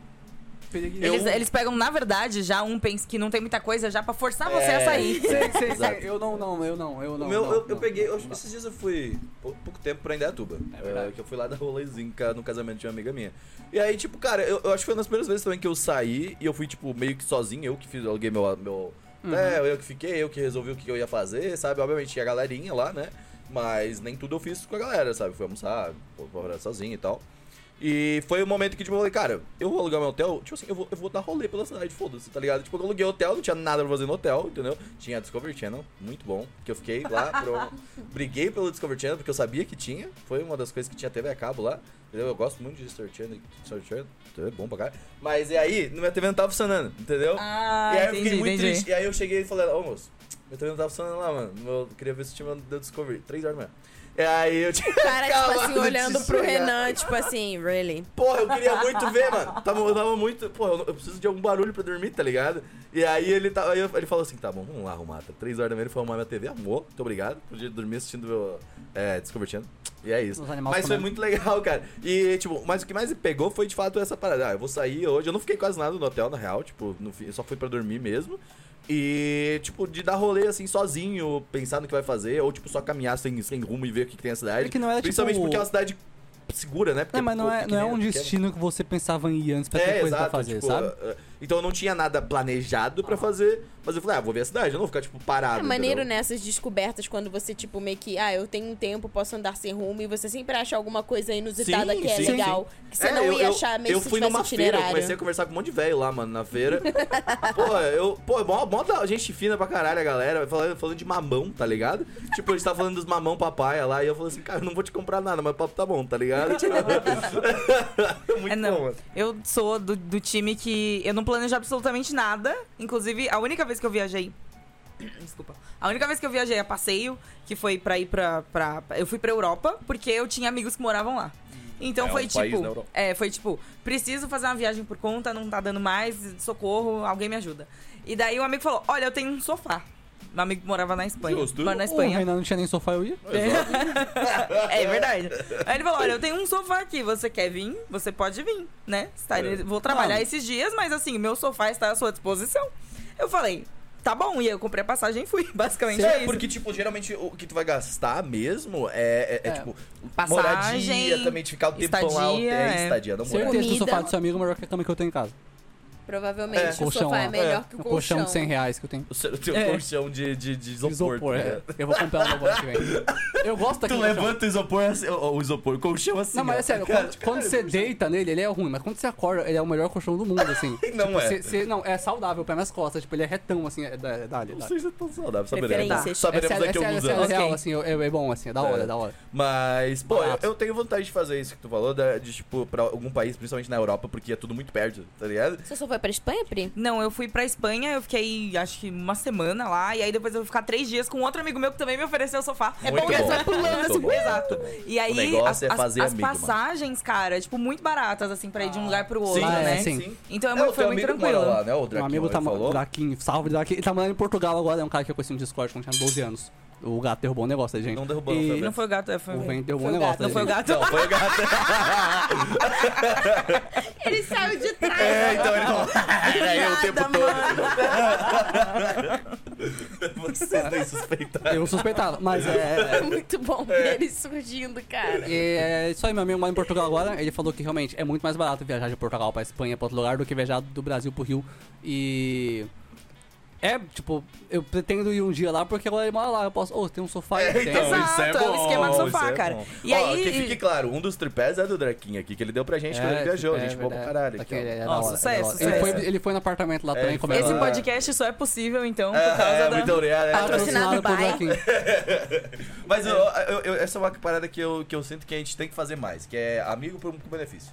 B: peregrino-
E: Tipo, Eles, eles pegam, na verdade, já um pensa que não tem muita coisa já pra forçar você a sair.
B: Sei, sei, sei. Eu não, não, eu não, eu não.
A: o meu,
B: não,
A: eu, eu
B: não,
A: peguei.
B: não,
A: eu-
B: não.
A: esses dias eu fui pou- pouco tempo pra Indaiatuba.
B: É verdade.
A: eh, que eu fui lá dar rolezinho ca- no casamento de uma amiga minha. E aí, tipo, cara, eu, eu acho que foi uma das primeiras vezes também que eu saí e eu fui, tipo, meio que sozinho, eu que fiz, aluguei meu. meu
B: Uhum.
A: É, eu que fiquei, eu que resolvi o que eu ia fazer, sabe? Obviamente tinha a galerinha lá, né? Mas nem tudo eu fiz com a galera, sabe? Fui almoçar, fui fora sozinho e tal. E foi o momento que, tipo, eu falei, cara, eu vou alugar meu hotel, tipo assim, eu vou, eu vou dar rolê pela cidade, foda-se, tá ligado? Tipo, eu aluguei o hotel, não tinha nada pra fazer no hotel, entendeu? Tinha a Discovery Channel, muito bom, que eu fiquei lá, pro- briguei pelo Discovery Channel, porque eu sabia que tinha, foi uma das coisas que tinha TV a cabo lá, entendeu? Eu gosto muito de Discovery Channel, Discovery Channel, é bom pra caralho. Mas e aí, minha TV não tava funcionando, entendeu?
E: Ah,
A: e aí eu
E: entendi,
A: fiquei muito
E: entendi.
A: triste, e aí eu cheguei e falei, ô moço, meu TV não tava funcionando lá, mano, eu queria ver se tinha da Discovery, três horas da manhã. E aí eu tinha
D: Cara, tipo
A: acabado
D: assim,
A: de
D: olhando pro
A: chegar.
D: Renan, tipo assim, really?
A: Porra, eu queria muito ver, mano. Tava, eu tava muito. Porra, eu, não- eu preciso de algum barulho pra dormir, tá ligado? E aí ele, tá, aí eu- ele falou assim: tá bom, vamos lá arrumar. Tá três horas da manhã, ele foi arrumar minha TV, arrumou. Muito obrigado. Podia dormir assistindo meu. É, Discovery Channel. E é isso.
B: Os animais
A: Mas foi
B: comendo.
A: muito legal, cara. E, tipo, mas o que mais me pegou foi de fato essa parada. Ah, eu vou sair hoje. Eu não fiquei quase nada no hotel, na real. Tipo, no fim, eu só fui pra dormir mesmo. E, tipo, de dar rolê assim sozinho, pensar no que vai fazer, ou, tipo, só caminhar sem, sem rumo e ver o que, que tem na cidade.
B: É que não era, tipo,
A: Principalmente porque é uma cidade segura, né? Porque
B: É, mas não
A: pô,
B: é, não é
A: pequena,
B: um
A: pequena.
B: destino que você pensava em ir antes pra ter
A: É,
B: coisa
A: exato.
B: pra fazer,
A: tipo,
B: sabe?
A: eh, Então eu não tinha nada planejado pra fazer, mas eu falei, ah, vou ver a cidade, eu não vou ficar, tipo, parado.
D: É maneiro,
A: entendeu?
D: né? Essas descobertas quando você, tipo, meio que, ah, eu tenho um tempo, posso andar sem rumo, e você sempre acha alguma coisa inusitada
A: Sim,
D: que é
A: sim,
D: legal. Que você
A: É,
D: não
A: eu-
D: ia
A: eu-
D: achar mesmo
A: Eu
D: se
A: fui
D: tivesse
A: numa feira, eu
D: itinerário.
A: comecei a conversar com um monte de velho lá, mano, na feira. pô, eu. Pô, é mó, mó da gente fina pra caralho a galera. Falando, falando de mamão, tá ligado? Tipo, eles estavam falando dos mamão papaya lá, e eu falei assim, cara, eu não vou te comprar nada, mas o papo tá bom, tá ligado? Tipo, muito
E: É, não.
A: bom, mano.
E: Eu sou do, do time que eu não planejo absolutamente nada. Inclusive, a única vez que eu viajei. Desculpa. A única vez que eu viajei a passeio, que foi pra ir pra. pra eu fui pra Europa, porque eu tinha amigos que moravam lá. Então
A: É,
E: foi
A: um país
E: tipo.
A: na Europa.
E: É, foi tipo, preciso fazer uma viagem por conta, não tá dando mais, socorro, alguém me ajuda. E daí o amigo falou: Olha, eu tenho um sofá. Meu amigo que morava na Espanha.
A: Justo.
E: Mora na
B: O
E: Espanha.
B: Renan não tinha nem sofá, eu ia.
E: É verdade. Aí ele falou: olha, eu tenho um sofá aqui, você quer vir? Você pode vir, né?
A: É.
E: Estarei- Vou trabalhar esses dias, mas assim, meu sofá está à sua disposição. Eu falei, tá bom, e eu comprei a passagem e fui. Basicamente é
A: É,
E: isso.
A: porque, tipo, geralmente o que tu vai gastar mesmo é, é- é,
B: É.
A: tipo,
E: Passagem,
A: moradia, também de ficar o tempão lá,
E: estadia,
A: é,
E: é.
A: estadia, não moradia.
B: Certeza que o
D: Comida.
B: sofá do seu amigo é melhor que a cama que eu tenho em casa.
D: Provavelmente
A: É.
D: o
B: Colchão
D: sofá
B: lá.
D: é melhor que
B: O
D: o
B: colchão de 100
D: colchão.
B: reais que eu tenho.
A: O seu- teu
E: É.
A: colchão de, de, de isopor.
B: Isopor,
A: tá
B: é.
A: ligado?
B: Eu vou comprar um novo ano que vem. Eu gosto daquele
A: Tu
B: colchão.
A: levanta o isopor, assim, ó, o isopor, o colchão assim.
B: Não, mas
A: ó.
B: é sério,
A: Cara,
B: quando,
A: tipo,
B: quando você deita nele, ele é ruim, mas quando você acorda, ele é o melhor colchão do mundo, assim.
A: Não é.
B: Cê- cê- não, é saudável pra minhas costas, tipo, ele é retão, assim, é da, é da, é
A: Não
B: da.
A: sei se é tão saudável, saberemos. né?
D: Preferências.
B: É
A: Saberemos
B: sério, é
A: daqui a
B: sério, é
A: alguns
B: sério, é
A: anos.
B: real,
E: Ok.
B: assim, eu- é, é bom, assim, é da hora, é, da hora.
A: Mas, pô, eu,
B: Barato.
A: eu tenho vontade de fazer isso que tu falou, da- de, tipo, pra algum país, principalmente na Europa, porque é tudo muito perto, tá ligado?
D: Você só foi pra Espanha, é Pri?
E: Não, eu fui pra Espanha, eu fiquei acho que uma semana lá, e aí depois eu vou ficar três dias com outro amigo meu que também me ofereceu o sofá.
A: Muito
E: porque
A: bom.
E: você vai pulando
A: Muito
E: assim,
A: bom.
E: exato. E aí,
A: negócio
E: as,
A: é
E: as-
A: fazer
E: as
A: amigo, mano. Ah,
E: passagens, cara, tipo, muito baratas, assim, pra ir de um lugar pro outro,
B: Sim,
E: né?
B: é, sim.
E: Então é
A: É,
E: muito-
A: o
E: foi
A: teu
E: muito
A: amigo que mora
E: tranquilo.
A: lá, né? O
B: Meu
A: Draquinho,
B: amigo tá
A: ele
B: mo-
A: falou.
B: Draquinho, salve Draquinho. Ele tá morando em Portugal agora, é um cara que eu conheci no Discord quando tinha 12 anos. O gato derrubou um negócio aí, gente.
A: Não derrubou,
B: e...
A: não
E: Não foi o gato, é, foi
B: O vento derrubou
D: Foi
B: um
D: o
B: negócio
D: gato,
B: da
E: Não foi o
B: gente.
E: gato.
A: Não, foi o gato.
D: Ele saiu de trás.
A: É, então ele falou. Era eu o tempo todo. Vocês nem suspeitaram.
B: Eu suspeitava, mas é...
D: Muito bom ver ele surgindo, cara.
B: E é isso aí, meu amigo mora em Portugal agora. Ele falou que realmente é muito mais barato viajar de Portugal pra Espanha, pra outro lugar, do que viajar do Brasil pro Rio. E. é, tipo, eu pretendo ir um dia lá porque agora ele mora lá. Eu posso, ô, tem um sofá
A: É,
B: aí. tem.
E: então. Exato, é o esquema do
A: isso
E: sofá, cara.
A: bom.
E: E
A: Ó,
E: aí-
A: que fique claro, um dos tripés é do Draquinha aqui, que ele deu pra gente quando ele viajou. A gente boa pra
B: verdade.
A: caralho.
B: Tá
A: aqui,
B: aqui,
A: ó. Então,
B: é da
E: Ó,
B: hora,
E: sucesso,
B: é da hora.
E: sucesso.
B: Ele foi, ele foi no apartamento lá
A: É,
B: também,
A: ele
B: como
A: foi
E: Esse
A: lá.
E: podcast só é possível, então, por
A: É,
E: causa
A: é, muito
E: da...
A: obrigado. é,
B: patrocinado por
D: Patrocinado
B: Joaquim.
A: Mas eu- eu- eu- essa é uma parada que eu, que eu sinto que a gente tem que fazer mais, que é amigo por, com benefício.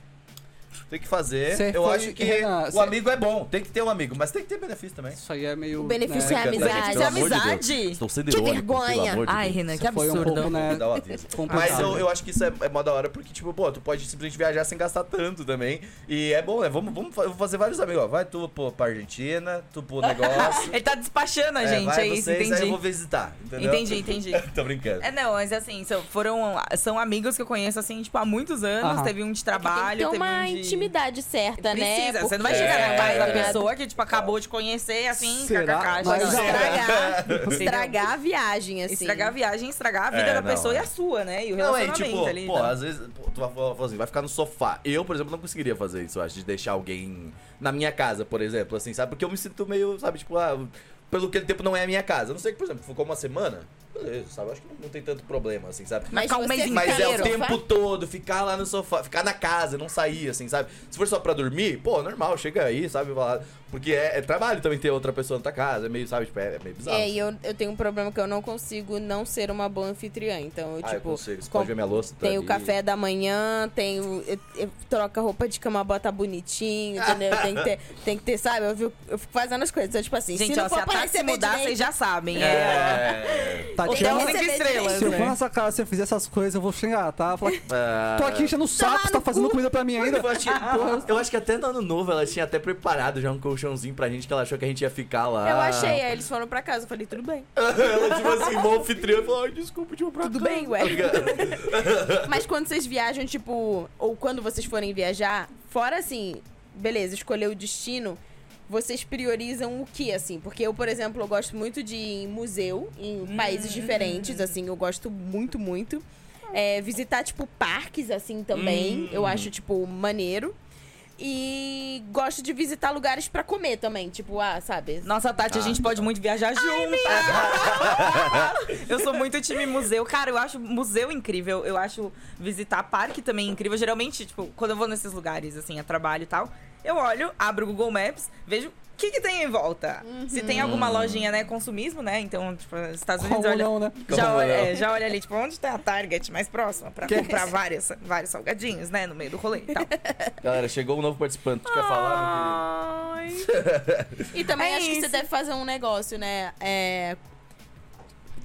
A: Tem que fazer.
B: Cê
A: eu
B: foi-
A: acho que
B: Renan,
A: o
B: cê-
A: amigo é bom, tem que ter um amigo, mas tem que ter benefício também.
B: Isso aí é meio.
D: O benefício
B: né,
D: é a amizade.
A: Pelo
E: Isso é
A: amor de Deus.
E: amizade?
A: Estão sendo
D: Que
A: irônicos, pelo
D: vergonha.
A: amor de
E: Ai,
A: Deus.
E: Renan, que
B: Foi um
E: absurdo.
B: pouco, né?
A: Dá o aviso.
B: complicado.
A: Mas eu, eu acho que isso é, é mó da hora, porque, tipo, pô, tu pode simplesmente viajar sem gastar tanto também. E é bom, né? Vamos, vamos fa- eu vou fazer vários amigos, ó. Vai tu pô, pra Argentina, tu pro negócio.
E: Ele tá despachando a
A: É,
E: gente,
A: vai
E: é isso,
A: vocês, Aí eu
E: entendi.
A: vou visitar, entendeu?
E: Entendi, entendi.
A: Tô brincando.
E: É, não, mas assim, são- foram, são amigos que eu conheço, assim, tipo, há muitos anos.
B: Aham.
E: Teve um de
D: Tem É que
E: trabalho,
D: ter
E: teve
D: uma
E: um de...
D: intimidade certa, né?
E: Precisa, você não vai
D: Porque-
E: chegar na casa da
D: É.
E: pessoa que, tipo, acabou de conhecer, assim,
B: Será?
E: kkk,
B: Mas-
E: chega lá.
D: Estragar,
E: Entendeu?
D: estragar a viagem, assim.
E: Estragar a viagem, estragar a vida
A: É,
E: da
A: não,
E: pessoa
A: é.
E: e a sua, né? E o
A: Não, é
E: relacionamento
A: tipo,
E: ali.
A: pô,
E: então.
A: às vezes pô, tu vai, falar assim, vai ficar no sofá. Eu, por exemplo, não conseguiria fazer isso, eu acho, de deixar alguém na minha casa, por exemplo, assim, sabe? Porque eu me sinto meio, sabe, tipo, ah, pelo que tempo não é a minha casa. A não sei que, por exemplo, ficou uma semana, beleza, sabe? Eu acho que não, não tem tanto problema, assim, sabe?
D: Mas
E: Ficar um
D: você
E: mês
D: ficar
A: Mas é o
D: no sofá?
A: tempo todo, ficar lá no sofá, ficar na casa, não sair, assim, sabe? Se for só pra dormir, pô, normal, chega aí, sabe? vai lá. Porque é, é trabalho também ter outra pessoa na tua casa, é meio, sabe? Tipo, é, é meio bizarro.
D: É, e eu, eu tenho um problema que eu não consigo não ser uma boa anfitriã. Então, eu,
A: ah, eu
D: tipo,
A: consigo, você pode ver minha louça. tá
D: Tem o
A: ali.
D: café da manhã, tem o. eu- eu troco a roupa de cama, bota bonitinho, entendeu? Tem que ter, tem que ter sabe? Eu, fico- eu fico fazendo as coisas. Então, tipo assim,
E: Gente,
D: se
E: ó,
D: não
E: se
D: for
E: a
D: pra
E: Tati se
D: receber
E: mudar, vocês
D: direito,
E: já sabem. É.
A: É.
B: tá
E: Hotel
B: Tatiana,
D: Tem
E: cinco
D: receber
E: estrelas,
B: se eu for
E: né?
B: nessa casa, se eu fizer essas coisas, eu vou xingar, tá? Falar,
A: Ah.
B: tô aqui enchendo o saco, você tá fazendo comida pra mim ainda.
A: Eu acho, que, porra, eu acho que até no ano novo ela tinha até preparado já um colchãozinho pra gente que ela achou que a gente ia ficar lá.
D: eu achei. Aí eles foram pra casa. Eu falei, tudo bem.
A: ela, tipo assim, mó anfitriã e falou: ai, desculpa, tipo, pra
D: Tudo
A: casa."
D: bem, ué.
A: Tá ligado?
D: Mas quando vocês viajam, tipo, ou quando vocês forem viajar, fora assim, beleza, escolher o destino, vocês priorizam o que, assim? Porque eu, por exemplo, eu gosto muito de ir em museu, em países diferentes, assim, eu gosto muito, muito. É, visitar, tipo, parques, assim, também, eu acho, tipo, maneiro. E gosto de visitar lugares pra comer também, tipo, ah, sabe?
E: Nossa, Tati, a gente pode muito viajar junto. eu sou muito time museu. Cara, eu acho museu incrível. Eu acho visitar parque também incrível. Geralmente, tipo, quando eu vou nesses lugares, assim, a trabalho e tal, eu olho, abro o Google Maps, vejo o que, que tem em volta. Se tem alguma lojinha, né, consumismo, né? Então, tipo, Estados Unidos
B: Como
E: olha.
B: não, né?
E: Já
A: Uhum. Como
E: olha,
A: não?
E: é, já olha ali, tipo, onde tem a Target mais próxima pra comprar várias, vários salgadinhos, né? No meio do rolê e tal.
A: Galera, chegou um novo participante. Tu quer
E: Ah.
A: falar?
E: Ai.
D: E também
E: É
D: acho que
E: isso.
D: você deve fazer um negócio, né? É...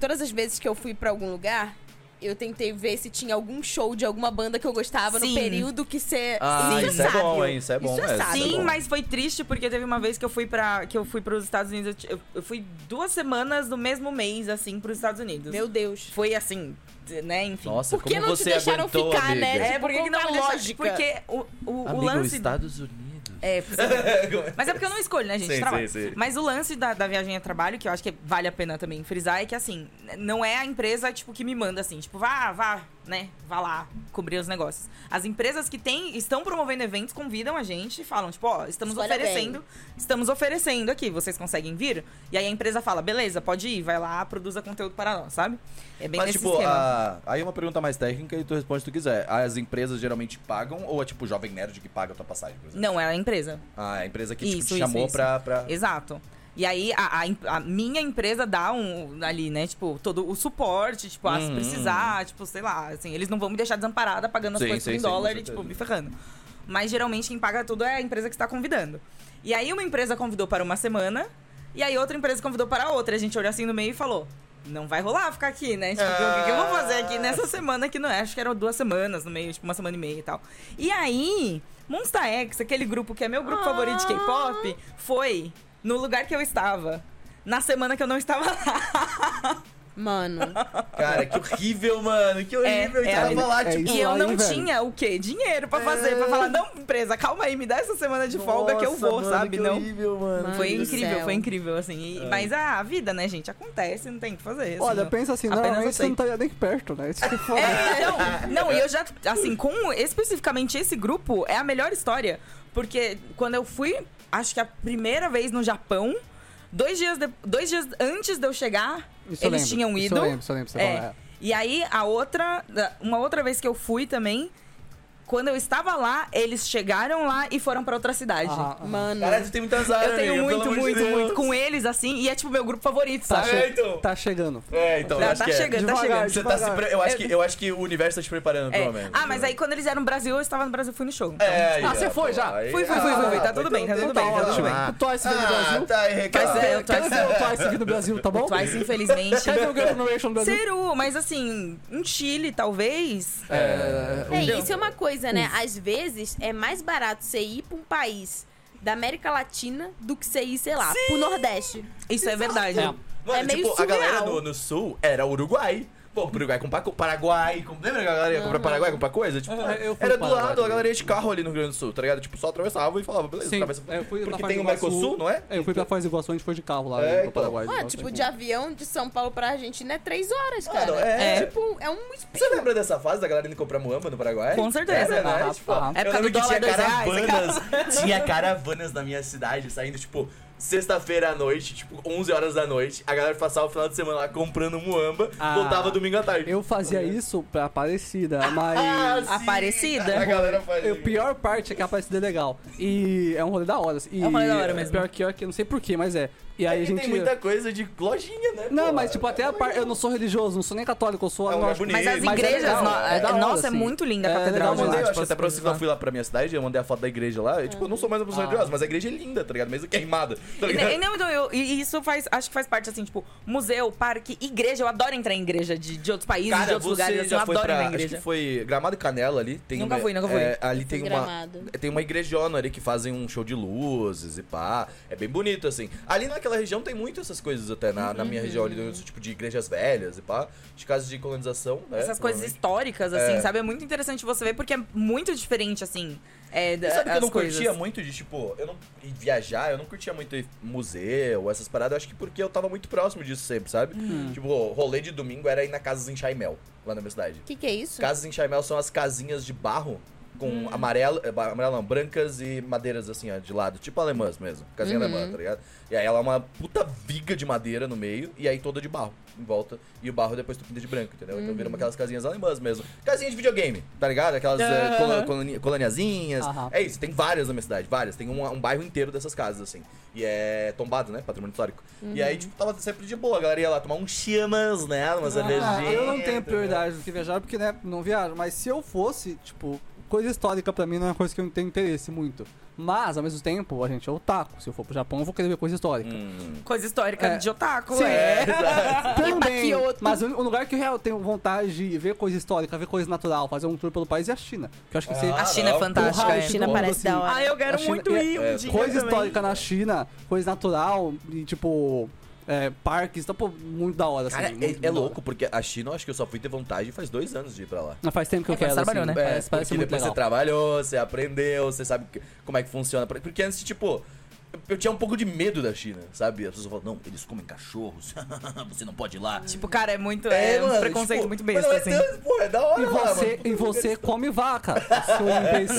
D: Todas as vezes que eu fui pra algum lugar, eu tentei ver se tinha algum show de alguma banda que eu gostava
E: Sim.
D: no período que você.
A: Ah, isso é
D: sábio.
A: bom, hein? Isso é bom,
D: Isso é
A: é,
D: sábio.
E: Sim,
A: bom.
E: mas foi triste porque teve uma vez que eu fui para que eu fui para os Estados Unidos, eu ti- eu, eu fui duas semanas no mesmo mês assim para os Estados Unidos.
D: Meu Deus.
E: Foi assim, d- né, enfim.
A: Nossa,
D: Por que
A: como
D: não te
A: você
D: deixaram
A: aguentou,
D: ficar,
A: amiga?
D: né?
E: É, por que que não
D: Qual
E: me
D: a
E: deixaram?
D: lógica?
E: Porque o, É, o, o
A: Amigo,
E: lance
A: Estados Unidos.
E: é, precisa- mas é porque eu não escolho, né, gente?
A: Sim,
E: trabalho.
A: sim, sim.
E: Mas o lance da, da viagem a trabalho, que eu acho que vale a pena também frisar, é que assim, não é a empresa, tipo, que me manda assim, tipo, vá, vá, né? Vá lá cobrir os negócios. As empresas que têm, estão promovendo eventos, convidam a gente e falam, tipo, ó, estamos
D: Escolha
E: oferecendo, estamos oferecendo aqui, vocês conseguem vir? E aí a empresa fala, beleza, pode ir, vai lá, produza conteúdo para nós, sabe? É bem
A: Mas,
E: nesse
A: tipo,
E: esquema.
A: a- aí é uma pergunta mais técnica e tu responde se tu quiser. As empresas geralmente pagam ou é tipo o jovem nerd que paga a tua passagem, por exemplo?
E: Não, é a empresa.
A: Ah, a empresa que tipo,
E: Isso,
A: te
E: isso,
A: chamou
E: isso.
A: pra. pra...
E: Exato. E aí, a, a em- a minha empresa dá um ali, né? Tipo, todo o suporte, tipo, ah, se
A: Hum,
E: precisar, tipo, sei lá, assim, eles não vão me deixar desamparada pagando as
A: Sim,
E: coisas tudo
A: sim,
E: em
A: sim, com
E: dólar e,
A: certeza.
E: tipo, me ferrando. Mas geralmente quem paga tudo é a empresa que está convidando. E aí uma empresa convidou para uma semana, e aí outra empresa convidou para outra. A gente olhou assim no meio e falou. Não vai rolar ficar aqui, né? Tipo, o que que eu vou fazer aqui nessa semana que não é? Acho que eram duas semanas no meio, tipo, uma semana e meia e tal. E aí, Monsta X, aquele grupo que é meu grupo favorito de K-pop,
A: Ah.
E: foi no lugar que eu estava. Na semana que eu não estava lá.
D: Mano.
A: Ah, Cara, que horrível, mano. Que horrível.
E: é,
A: e tava
E: é,
A: lá,
B: é
A: tipo.
B: isso
E: E eu
B: aí,
E: não
B: velho. É.
E: tinha o quê? Dinheiro pra fazer. Pra falar, não, empresa, calma aí, me dá essa semana de folga que eu
A: Nossa,
E: vou,
A: mano,
E: sabe?
A: que
E: Não.
A: horrível, mano.
D: Mano
E: Foi
D: do
E: incrível,
D: céu.
E: foi incrível, assim. E- mas a vida, né, gente? Acontece, não tem o que fazer. assim,
B: É. Olha,
E: não-
B: pensa assim,
E: apenas
B: normalmente você não
E: aceita.
B: estaria nem perto, né? Isso que é foda.
E: É, então, não, e eu já, assim, com especificamente esse grupo, é a melhor história. Porque quando eu fui, acho que a primeira vez no Japão, Dois dias, de- dois dias antes de eu chegar,
B: Isso eu
E: eles
B: lembro,
E: tinham
B: isso
E: ido.
B: eu lembro, isso eu lembro, você
E: É.
B: falou, é.
E: E aí, a outra, uma outra vez que eu fui também, quando eu estava lá, eles chegaram lá e foram pra outra cidade.
B: Ah, ah.
D: Mano.
A: Caralho, tu tem muita azar,
E: Eu
A: amiga,
E: tenho
A: pelo
E: muito,
A: amor de
E: muito,
A: Deus.
E: muito com eles, assim, e é tipo meu grupo favorito,
B: Tá,
E: sabe?
A: É,
B: che-
A: então.
B: tá chegando.
A: É, então,
E: Tá-
A: acho
E: tá
A: que é.
E: chegando, tá
B: Devagar, tipo,
E: chegando.
A: Você tá se pre- eu, acho
E: Eu-
A: que, eu acho que o universo tá te preparando,
E: É.
A: pelo menos.
E: Ah, mas aí quando eles eram no Brasil, eu estava no Brasil, fui no show. então.
A: É, aí,
B: Ah, você
A: ó,
B: foi
A: pô,
B: já?
A: aí-
E: Fui, fui, fui, fui, tá tudo bem, tá tudo bem, tá tudo bem.
B: O Twice veio no
A: Ah,
B: Brasil.
A: tá
E: Mas
A: arrecadado.
E: é, o
B: Quer
E: Twice,
B: dizer, o Twice aqui no Brasil, tá bom?
E: Twice infelizmente.
B: Quer ver o Girl Generation no Brasil?
E: Seru, mas assim, um Chile, talvez.
B: É,
D: É, isso é uma coisa, né? Às vezes é mais barato você ir pra um país da América Latina do que você ir, sei lá, pro Nordeste.
E: Isso é verdade.
B: É.
A: Mano,
D: É meio
A: tipo, a galera
D: surreal.
A: no, no sul era Uruguai. Pô, o Uruguai comprar co- Paraguai. Com, lembra que a galera ia comprar Paraguai, comprar coisa? Tipo,
B: É,
A: era
B: eu fui pro
A: do
B: Paraguai
A: lado, a
B: também.
A: galera ia de carro ali no Rio Grande do Sul, tá ligado? Tipo, só atravessava e falava, beleza,
B: Sim, É,
A: atravessa.
B: eu fui pra
A: Tá, Porque
B: Foz
A: tem
B: do
A: o
B: Iguaçu.
A: Mercosul, não é?
B: É, eu fui pra Foz do Iguaçu, a gente foi de carro
A: É,
B: lá né, pro
A: então.
B: Paraguai.
D: Ué,
B: Nossa,
D: tipo,
B: enfim.
D: de avião de São Paulo pra Argentina é três horas, cara.
A: Mano, é.
E: É.
D: Tipo, é um
A: Você lembra dessa fase da galera indo comprar muamba no Paraguai?
E: Com certeza.
A: Era, né?
B: Aham,
A: Tipo,
B: aham.
A: Eu
E: Época
A: lembro que
E: do dólar,
A: tinha
E: dois reais,
A: caravanas. tinha caravanas na minha cidade saindo, tipo, sexta-feira à noite, tipo, 11 horas da noite. A galera passava o final de semana lá comprando muamba,
B: Ah,
A: voltava domingo à tarde.
B: Eu fazia isso pra
A: Ah,
B: Aparecida, mas...
A: sim.
E: Aparecida.
A: A galera faz
B: A
A: isso.
B: pior parte é que a Aparecida é legal. E é um rolê da hora. assim. E
E: É um rolê da hora mesmo.
B: Pior que eu, que eu não sei porquê, mas é. E
A: É
B: aí a
A: que
B: gente...
A: Tem muita coisa de lojinha, né?
B: Não,
A: pô?
B: mas tipo, até a parte. Eu não sou religioso, não sou nem católico, eu sou
A: É um lugar
B: agnóstico.
A: bonito.
E: Mas as
A: Mas é
E: igrejas,
B: legal,
E: no-
B: é da hora,
E: nossa, é
B: assim.
E: muito linda a
B: É
E: catedral
B: legal
E: de
A: Eu
E: lá.
A: mandei, eu
B: tipo,
A: acho que até pra
B: essas
A: vocês que eu
B: coisas
A: fui lá pra minha cidade, eu mandei a foto da igreja lá. Eu, tipo, eu não sou mais uma pessoa
B: Ah.
A: religiosa, mas a igreja é linda, tá ligado? Mesmo queimada. Tá
E: E, ne- e
A: ligado?
E: não, então, eu, e isso faz, acho que faz parte, assim, tipo, museu, parque, igreja. Eu adoro entrar em igreja de, de outros países, de outros lugares. Assim, eu adoro entrar em
A: Acho que
E: igreja.
A: foi Gramado e Canela ali. Tem
E: Nunca
A: uma-
E: fui, nunca fui.
A: é, ali tem
D: fui
A: uma,
D: Gramado.
A: tem uma igrejona ali que fazem um show de luzes e pá. É bem bonito, assim. Ali naquela região tem muito essas coisas até. Na, na minha região ali,
E: Uhum.
A: do- tipo, de igrejas velhas e pá. De casas de colonização, né?
E: Essas coisas
A: provavelmente.
E: históricas, assim,
A: É.
E: sabe? É muito interessante você ver, porque é muito diferente, assim, é, da,
A: Sabe que eu
E: as
A: não
E: coisas.
A: curtia muito de, tipo, eu não ir viajar, eu não curtia muito ir museu, essas paradas, eu acho que porque eu tava muito próximo disso sempre, sabe?
E: Uhum.
A: Tipo, o rolê de domingo era ir na Casas em Chaimel, lá na minha cidade.
D: O que, que é isso?
A: Casas em Chaimel são as casinhas de barro com
B: Hum.
A: amarelo, eh, ba- amarelo não, brancas e madeiras assim, ó, de lado, tipo alemãs mesmo,
B: Uhum.
A: casinha alemã, tá ligado? E aí ela é uma puta viga de madeira no meio e aí toda de barro em volta e o barro depois tu pinta de branco, entendeu? Então
B: Uhum.
A: viram aquelas casinhas alemãs mesmo. Casinha de videogame, tá ligado? Aquelas eh, colo- coloni- coloniazinhas.
B: Aham.
A: É isso, tem várias na minha cidade, várias. Tem um, um bairro inteiro dessas casas, assim. E é tombado, né? Patrimônio histórico. E
B: Uhum.
A: aí, tipo, tava sempre de boa, a galera ia lá tomar um chamas, né? Uma
B: Ah,
A: cervejinha.
B: eu não tenho
A: tá ligado?
B: prioridade do que viajar, porque né, não viajo. Mas se eu fosse, tipo, coisa histórica pra mim não é uma coisa que eu tenho interesse muito. Mas, ao mesmo tempo, a gente é otaku. Se eu for pro Japão, eu vou querer ver coisa histórica.
A: Hum.
E: Coisa histórica
B: É.
E: de otaku,
B: Sim,
E: é.
B: Também. Mas o lugar que eu real- tenho vontade de ver coisa histórica, ver coisa natural, fazer um tour pelo país é a China. Que eu acho que você.
A: Ah.
B: tá assim,
E: A China é fantástica,
B: Porra,
E: é.
B: o
D: China
B: mundo,
D: parece da hora.
E: Ah, eu
B: A
E: quero
B: China-
E: muito
B: é-
E: ir um
A: é.
E: dia
B: coisa
E: também.
B: histórica na China, coisa natural e tipo. É, parques, tá, pô, muito da hora, assim.
A: Cara,
B: muito,
A: é-
B: muito
A: é,
B: da hora.
A: louco, porque a China eu acho que eu só fui ter vontade faz dois anos de ir pra lá.
B: Mas faz tempo que eu
E: É, quando
B: quero,
E: você trabalhou,
B: assim,
E: né?
B: Parece, parece
A: porque
B: muito
A: depois você
B: legal.
A: trabalhou, você aprendeu, você sabe que- como é que funciona. Porque antes, tipo, eu, eu tinha um pouco de medo da China, sabe? As pessoas falam, não, eles comem cachorros, você não pode ir lá.
E: Tipo, cara, é muito. É, um
A: tipo,
E: preconceito muito
A: mas
E: besta,
A: não é
E: assim.
A: tanto, pô, é da hora
B: E
A: lá, mano.
B: você,
A: Puta
B: e você come vaca, seu imbecil.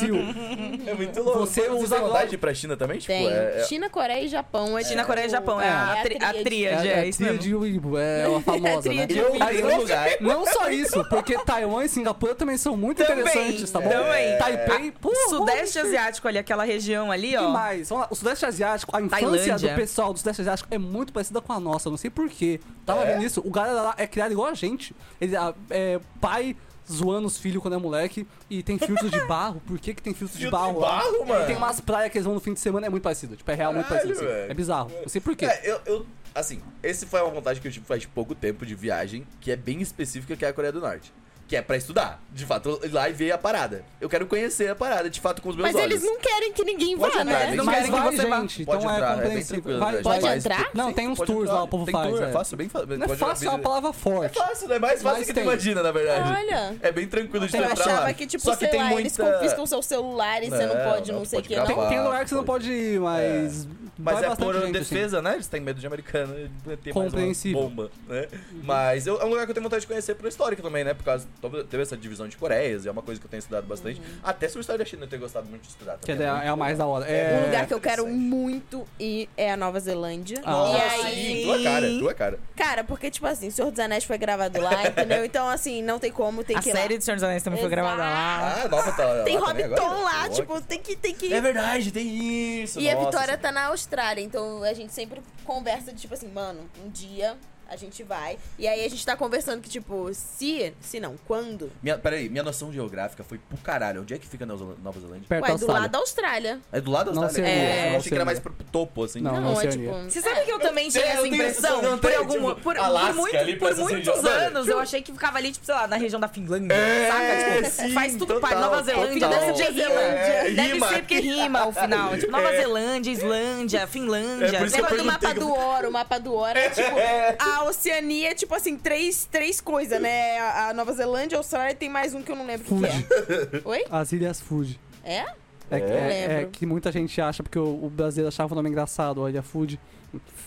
A: É muito louco.
B: você
A: Vocês
B: usa
A: têm vontade
B: agora-
A: de ir pra China também? Tipo,
D: Tem
A: é- é-
D: China, Coreia e Japão. É
E: China,
D: tipo-
E: Coreia e Japão, é,
B: É.
E: a, tri- a
D: tríade.
E: tríade,
B: é,
E: é,
B: é
E: isso
B: tria
E: mesmo.
B: de Uibo, é uma famosa, né?
D: tria de
A: Eu
B: Mas
A: iria
B: não-
A: num lugar.
B: Não só isso, porque Taiwan e Singapura também são muito
E: Também,
B: interessantes, tá bom?
E: também.
B: Taipei, pô,
E: Sudeste
B: pô,
E: Asiático ali, aquela região ali, ó.
B: Demais. Vamos lá, O Sudeste Asiático, a infância
E: Tailândia.
B: do pessoal do Sudeste Asiático é muito parecida com a nossa. Eu não sei porquê. Tava
A: É?
B: vendo isso. O galera lá é criado igual a gente. Ele ah, é pai zoando os filhos quando é moleque. E tem filtro de barro. Por que, que tem filtro, de
A: Filtro
B: barro?
A: de
B: lá?
A: barro, mano?
B: E tem umas praias que eles vão no fim de semana. É muito parecido. Tipo, é real, muito
A: Caralho,
B: parecido. assim.
A: velho.
B: É bizarro. Não sei porquê.
A: É, eu, eu- Assim, esse foi uma vontade que eu tive faz pouco tempo de viagem, que é bem específica, que é a Coreia do Norte. Que é pra estudar, de fato, ir lá e ver a parada. Eu quero conhecer a parada, de fato, com os É, meus
D: Mas
A: olhos.
D: eles não querem que ninguém
A: Pode
D: vá,
A: entrar,
D: né?
A: eles
E: não
B: Mas
E: querem que
B: vai,
E: você vá.
B: gente.
A: Pode
B: Então
A: entrar, é
B: é
A: bem
B: compreensível.
A: tranquilo,
B: Vai-
A: viagem.
B: vai-
D: Pode entrar?
B: Não, tem uns
A: Pode
B: tours
A: entrar.
B: lá, o povo
A: tem
B: faz.
A: Tour,
B: é.
A: é fácil, bem fácil.
B: Não é
A: pode
B: fácil, é
A: virar-
B: uma palavra
A: É
B: forte.
A: fácil, né? Mais fácil
B: Mas
A: que tu
B: tem.
A: imagina, na verdade.
D: Olha.
A: É bem tranquilo de tu
D: Eu
A: entrar
D: achava
A: lá.
D: que, tipo,
A: Só que
D: sei
A: tem
D: lá,
A: muita...
D: eles confiscam seu celular e você não
A: Não,
D: pode, não,
A: É, não
D: sei o
A: pode
D: que,
A: gravar.
D: não.
B: Tem, tem lugar que você não
A: Pode.
B: pode ir, mas.
A: Mas
B: vai
A: é
B: bastante
A: por
B: gente, assim.
A: defesa, né? Eles têm medo de americano, de ter mais uma
B: Compreensível.
A: bomba, né? Mas eu- é um lugar que eu tenho vontade de conhecer por histórica também, né? Por causa to- teve essa divisão de Coreias, e é uma coisa que eu tenho estudado bastante.
D: Uhum.
A: Até sobre a história da China eu tenho gostado muito de estudar.
B: Que é,
A: também,
B: da-
A: muito
B: é o mais da hora.
A: É,
D: Um
B: É,
D: lugar que eu quero
A: interessante.
D: muito ir é a Nova Zelândia.
B: Ah.
D: e
A: Nossa,
D: aí.
A: sim, tua cara, tua cara.
D: Cara, porque, tipo assim, Senhor dos Anéis foi gravado lá, entendeu? Então, assim, não tem como, tem
E: A
D: que ir
E: série
D: lá.
E: do Senhor dos Anéis também foi
D: Exato.
E: gravada lá.
A: Ah, nova tá.
D: Tem
A: lá também
D: Hobbiton
A: agora? é
D: lá,
A: Pô,
D: tipo, tem que. Tem que...
A: É verdade, tem isso.
D: E a
A: nossa.
D: Vitória tá na Austrália, então a gente sempre conversa de tipo assim, mano, um dia a gente vai. E aí a gente tá conversando que, tipo, se. Se não, quando?
A: Minha, peraí, minha noção geográfica foi pro caralho. Onde é que fica Nova Zelan- Nova Zelândia?
B: perto
D: Ué,
B: da
D: do
B: Austrália.
D: lado da Austrália.
A: É do lado da
B: Não
A: Austrália?
B: sei,
A: é,
B: não
A: eu achei que era
B: sei.
A: mais pro topo, assim.
B: Não,
D: Não,
B: não
D: é
B: sei
D: tipo.
B: onde
E: Você sabe que eu também tinha
A: sei, eu
E: essa
A: tenho essa
E: impressão?
A: noção,
E: por
A: tem,
E: algum,
A: tipo,
E: por, por
A: Alasca,
E: muito-
A: ali
E: por
A: parece um
E: muitos
A: Cisjordânia.
E: anos, eu achei que ficava ali, tipo, sei lá, na região da Finlândia.
A: É,
E: saca? Tipo,
A: sim,
E: faz tudo
A: total,
E: parte. Nova Zelândia,
A: total.
E: deve ser de Irlândia.
A: É,
E: deve
A: rima.
E: ser porque rima ao final. Tipo, Nova Zelândia, Islândia, Finlândia.
A: É, por isso que eu
D: Lembra do
A: perguntei
D: mapa
A: que-
D: do Oro? O mapa do Oro é tipo. A Oceania é tipo assim, três, três coisas, né? A a Nova Zelândia, a Austrália e tem mais um que eu não lembro o que
B: Fuji.
D: é. Oi?
B: As Ilhas Fuji.
D: É?
B: É, que- é- é
D: Lembro.
B: que muita gente acha, porque o, o brasileiro achava o nome engraçado, a Ilha Fuji.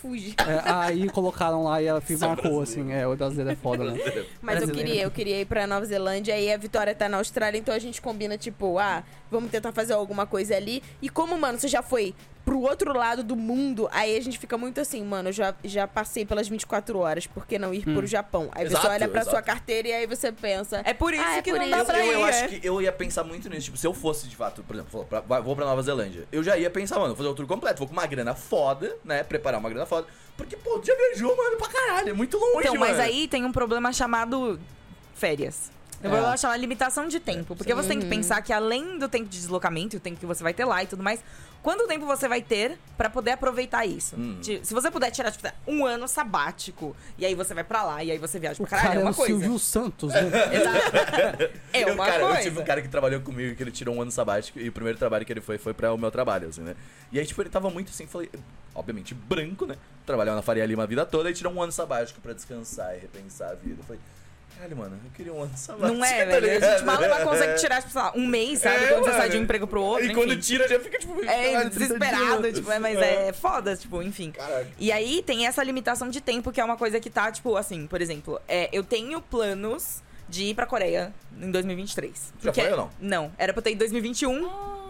D: Fuji.
B: É, aí colocaram lá e ela fi- marcou, assim. É, o brasileiro é foda, né?
D: Mas eu
E: Brasileiro.
D: queria, eu queria ir pra Nova Zelândia e a Vitória tá na Austrália, então a gente combina, tipo, ah, vamos tentar fazer alguma coisa ali. E como, mano, você já foi pro outro lado do mundo, aí a gente fica muito assim, mano, eu já, já passei pelas 24 horas, por que não ir pro Japão? Aí você
A: Hum. Exato,
D: olha pra
A: exato.
D: sua carteira e aí você pensa.
E: É por isso
D: Ah, é
E: que
D: por
E: não
D: isso.
E: dá pra
A: eu,
E: ir.
A: eu
E: é.
A: acho que eu ia pensar muito nisso. Tipo, se eu fosse de fato, por exemplo, vou pra, vai- vou pra Nova Zelândia, eu já ia pensar, mano, vou fazer o tour completo. Vou com uma grana foda, né? Preparar uma grana foda. Porque, pô, tu já viajou, mano, pra caralho. É muito longe,
E: Então,
A: mano.
E: mas aí tem um problema chamado férias. Eu
B: É.
A: Ah.
E: vou chamar limitação de tempo, porque você tem
B: Uhum.
E: que pensar que além do tempo de deslocamento, e o tempo que você vai ter lá e tudo mais, quanto tempo você vai ter pra poder aproveitar isso?
A: Hum.
E: Ti- Se você puder tirar tipo, um ano sabático, e aí você vai pra lá, e aí você viaja pra caralho,
B: Cara,
E: é
B: é
E: uma
B: o
E: coisa.
B: Silvio Santos, né?
E: É
A: Eu,
E: uma
A: cara,
E: coisa.
A: eu tive um cara que trabalhou comigo, que ele tirou um ano sabático, e o primeiro trabalho que ele foi foi pra o meu trabalho, assim, né? E aí, tipo, ele tava muito assim, falei, obviamente branco, né? Trabalhava na Faria Lima a vida toda e tirou um ano sabático pra descansar e repensar a vida. Eu falei, caralho, mano, eu queria um ano sabático.
E: Não
A: tá
E: é, velho? A gente
A: ligado?
E: mal ela consegue tirar, tipo, sei lá, um mês, sabe?
A: É,
E: quando você
A: mano.
E: sai de um emprego pro outro.
A: E
E: enfim.
A: quando tira, já fica, tipo,
E: É,
A: caralho,
E: desesperado,
A: 30
E: tipo, é, mas é foda, tipo, enfim.
A: Caraca.
E: E aí tem essa limitação de tempo, que é uma coisa que tá, tipo, assim, por exemplo, é, eu tenho planos de ir pra Coreia em 2023.
A: Já foi ou não?
E: Não, era pra eu ter ido em 2021,